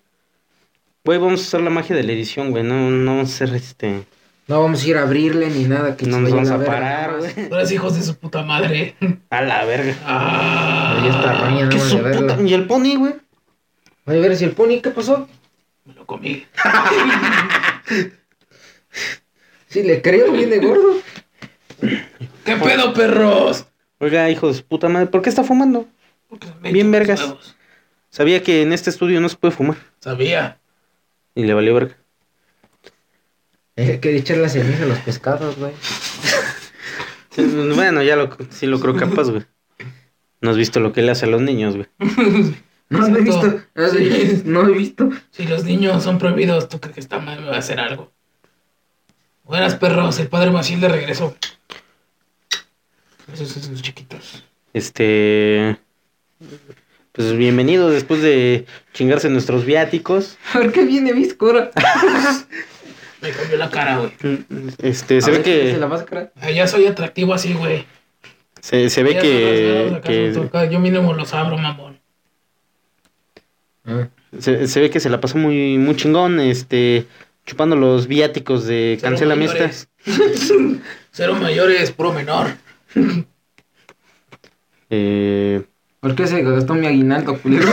S3: Güey, vamos a usar la magia de la edición, güey. No, no vamos a hacer este.
S2: No vamos a ir a abrirle ni nada. Que
S3: No
S2: se
S3: nos
S2: vaya
S3: vamos
S2: la
S3: a
S2: verga,
S3: parar,
S2: nada más.
S3: güey.
S1: Los hijos de su puta madre.
S3: A la verga.
S1: Ah,
S2: Ahí está Roña, nada
S3: ¿Qué
S2: más
S3: su
S2: de verlo.
S3: puta- ¿Y el pony, güey?
S2: Voy a ver si el Pony, ¿qué pasó?
S1: me lo comí.
S2: Sí, le creo, viene gordo.
S1: ¿Qué pedo, perros?
S3: Oiga, hijo de su puta madre, ¿por qué está fumando?
S1: Porque me
S3: Bien
S1: echan los
S3: vergas.
S1: huevos.
S3: Sabía que en este estudio no se puede fumar.
S1: Sabía.
S3: Y le valió verga.
S2: Eh, quiere echar la ceniza a los pescados, güey.
S3: Sí, Bueno, ya lo, sí lo creo capaz, güey. No has visto lo que le hace a los niños, güey.
S2: No lo he visto. No lo he visto. No lo he visto.
S1: Si los niños son prohibidos, ¿tú crees que esta madre me va a hacer algo? Buenas perros, el padre Maciel de regreso. Esos son sus chiquitos.
S3: Este. Pues bienvenidos después de chingarse nuestros viáticos.
S2: ¿Por qué viene Viscura?
S1: Me cambió la cara, güey.
S3: Este, se ve
S2: La
S3: que.
S2: máscara.
S1: Ah, Ya soy atractivo así, güey.
S3: Se, se ve
S1: Ya son las
S3: que.
S1: velas, acaso,
S3: que
S1: toca- Yo mínimo los abro, mamón.
S2: Ah,
S3: se, se ve que se la pasó muy, muy chingón, este. Chupando los viáticos de
S1: Cero
S3: Cancela Miesta.
S1: mayores. Cero mayores, puro menor.
S3: Eh,
S2: ¿Por qué se gastó mi aguinaldo, culero?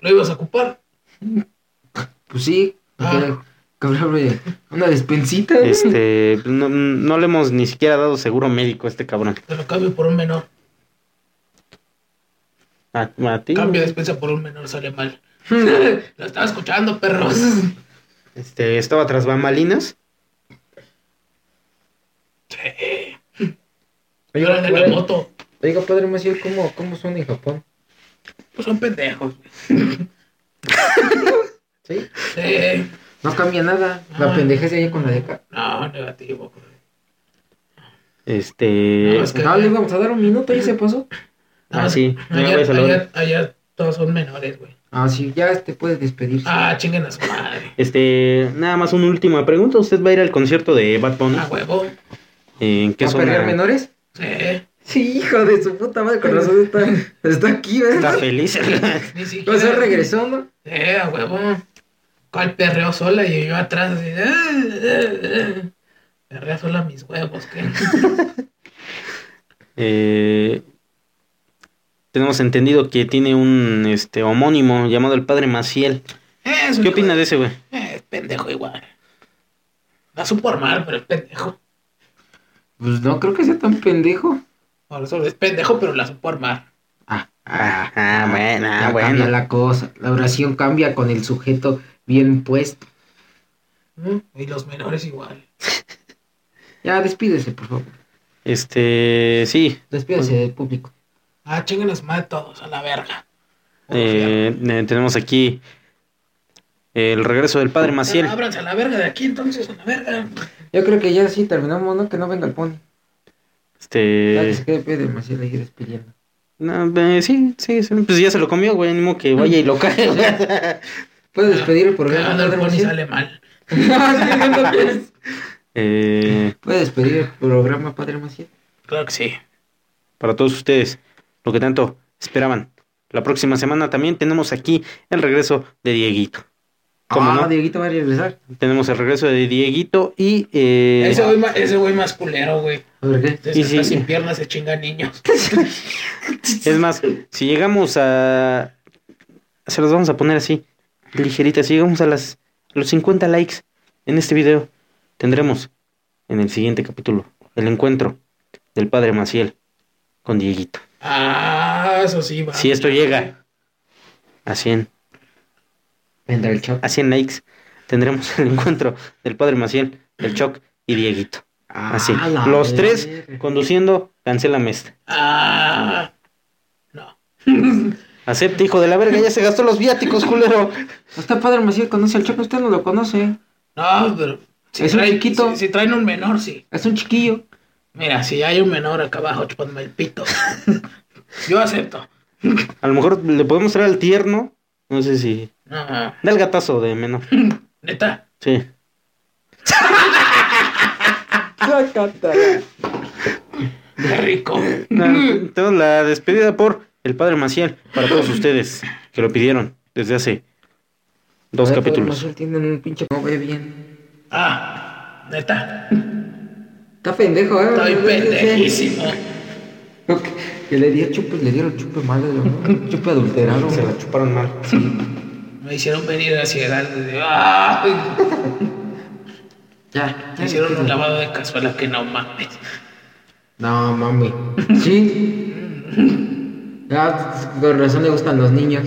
S1: ¿Lo ibas a ocupar?
S2: pues sí.
S1: Ah.
S2: Cabrón, güey. Una despensita. güey.
S3: este. No, no le hemos ni siquiera dado seguro médico a este cabrón.
S1: Te lo cambio por un menor.
S3: A, a ti.
S1: Cambio de despensa por un menor, sale mal. lo estaba escuchando, perros.
S3: Este, estaba tras bambalinas.
S1: Yo era de la
S2: Oiga,
S1: moto.
S2: Oiga, padre Maciel, ¿cómo, ¿cómo son en Japón?
S1: Pues son pendejos.
S2: ¿Sí?
S1: Sí.
S2: No cambia nada. La
S1: Ah.
S2: pendejez de allá con la de acá.
S1: No, negativo. güey.
S3: Este.
S1: No, es que
S2: No,
S1: allá-
S2: le íbamos a dar un minuto y se pasó.
S3: Ah, sí. Ya,
S1: Allá,
S3: güey, se lo-
S1: allá- allá todos son menores, güey.
S2: Ah, sí, ya te puedes despedir.
S1: Ah, chinguen a su madre.
S3: Este, nada más una última pregunta. ¿Usted va a ir al concierto de Bad Bunny?
S1: Ah, A huevo.
S3: ¿En qué
S2: ¿Va a perder
S3: zona?
S2: menores?
S1: Sí.
S2: Sí, hijo de su puta madre, con razón está, está aquí,
S3: Está
S2: ¿verdad?
S3: feliz.
S1: Ni siquiera.
S2: O sea, regresó, ¿no?
S1: Eh, a huevo. ¿Cuál perreó sola? Y yo atrás. Así, eh, eh, eh. Perrea sola mis huevos. ¿qué?
S3: Eh, tenemos entendido que tiene un este homónimo llamado el padre Maciel.
S1: Eh,
S3: ¿Qué opina de ese güey?
S1: Eh, es pendejo igual. La supo armar, pero es pendejo.
S2: Pues no creo que sea tan pendejo.
S1: Por eso es pendejo, pero la supo armar.
S2: Ah,
S3: Ah, ah, bueno, ah,
S2: ya
S3: bueno.
S2: cambia la cosa. La oración cambia con el sujeto bien puesto.
S1: ¿Mm? Y los menores igual.
S2: Ya, despídese, por favor.
S3: Este, sí.
S2: Despídase del público.
S1: Ah, chinguen a su madre todos, a la verga.
S3: eh, eh, tenemos aquí el regreso del padre Maciel.
S1: Ah, ábranse a la verga de aquí entonces, a la verga.
S2: Yo creo que ya sí terminamos, ¿no? Que no venga el pony. Ya que
S3: Este,
S2: se quede pedo demasiado ahí despidiendo.
S3: no, eh, sí, sí, sí, pues ya se lo comió, güey, ánimo que vaya y lo cae.
S2: ¿Puedes despedir el programa?
S1: Cagando el
S2: padre
S1: pony
S2: Maciel?
S1: sale mal.
S2: Ah, sí, no quieres.
S3: Eh,
S2: ¿Puedes despedir el programa, Padre Maciel?
S1: Claro que sí.
S3: para todos ustedes, lo que tanto esperaban. La próxima semana también tenemos aquí el regreso de Dieguito. ¿Cómo
S2: ah,
S3: no?
S2: Dieguito va a regresar.
S3: Tenemos el regreso de Dieguito y... eh,
S1: Ese güey ma- ese güey más culero, güey.
S2: ¿Por qué?
S1: Entonces,
S3: Y sí.
S1: hasta sin piernas se chinga niños.
S3: Es más, si llegamos a... Se los vamos a poner así, ligerita. Si llegamos a, las, a los 50 likes en este video, tendremos en el siguiente capítulo el encuentro del padre Maciel con Dieguito.
S1: Ah, eso sí, va.
S3: Si esto llega a 100,
S2: Vendrá el choc.
S3: a 100 likes, tendremos el encuentro del padre Maciel, el Choc y Dieguito. Así.
S2: Ah, la
S3: Los tres
S2: verga.
S3: conduciendo, este. cancela mesta.
S1: Ah. No.
S3: Acepta, hijo de la verga, ya se gastó los viáticos, culero.
S2: Usted, Padre Maciel, conoce al choco. Usted no lo conoce.
S1: No, pero. Si
S2: Es un
S1: traen-
S2: chiquito.
S1: Si, si traen un menor, sí.
S2: Es un chiquillo.
S1: Mira, si hay un menor acá abajo, chupadme el pito. Yo acepto.
S3: A lo mejor le podemos traer al tierno. No sé si.
S1: No,
S3: Da el gatazo de menor.
S1: neta.
S3: Sí.
S1: Qué rico.
S3: Entonces, la despedida por el padre Maciel para todos ustedes que lo pidieron desde hace dos
S2: A ver, Padre
S3: capítulos.
S2: Maciel tiene un pinche. No ve bien.
S1: Ah, neta.
S2: Está pendejo, ¿eh?
S1: Estoy pendejísimo.
S2: Ok, Que le di a chupe, le dieron chupe malo, ¿no? chupe adulterado.
S3: Se la chuparon mal.
S1: Me hicieron venir a ciudad desde. ¡Ah!
S2: Ya,
S1: Me hicieron un lavado de cazuela que no mames.
S2: No, mami. Sí. Ya, con razón le gustan los niños.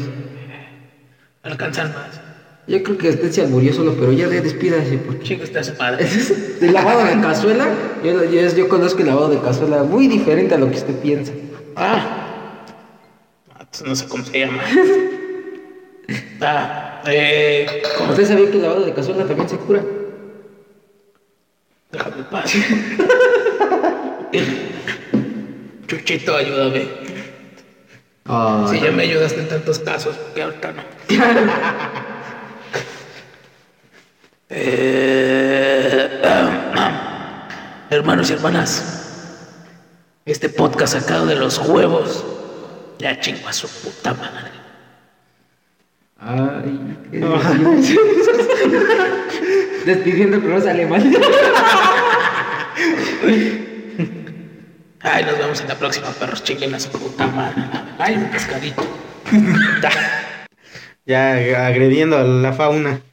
S1: Alcanzan más.
S2: Yo creo que usted se murió solo, pero ya de- despídase, porque.
S1: Chico está su padre.
S2: El lavado de cazuela, yo, yo, yo conozco el lavado de cazuela muy diferente a lo que usted piensa.
S1: Ah. Ah, pues no sé cómo se llama. Ah, eh. ¿cómo?
S2: ¿Usted sabía que el lavado de cazuela también se cura?
S1: Déjame en paz. Chuchito, ayúdame.
S2: Ah,
S1: Si ya me ayudaste en tantos casos, que ahorita no. Eh, hermanos y hermanas, este podcast sacado de los huevos ya chingo a su puta madre.
S2: Ay, qué Despidiendo con los alemanes.
S1: Ay, nos vemos en la próxima, perros. Chinguen a su puta madre. Ay, un pescadito.
S3: Ya agrediendo a la fauna.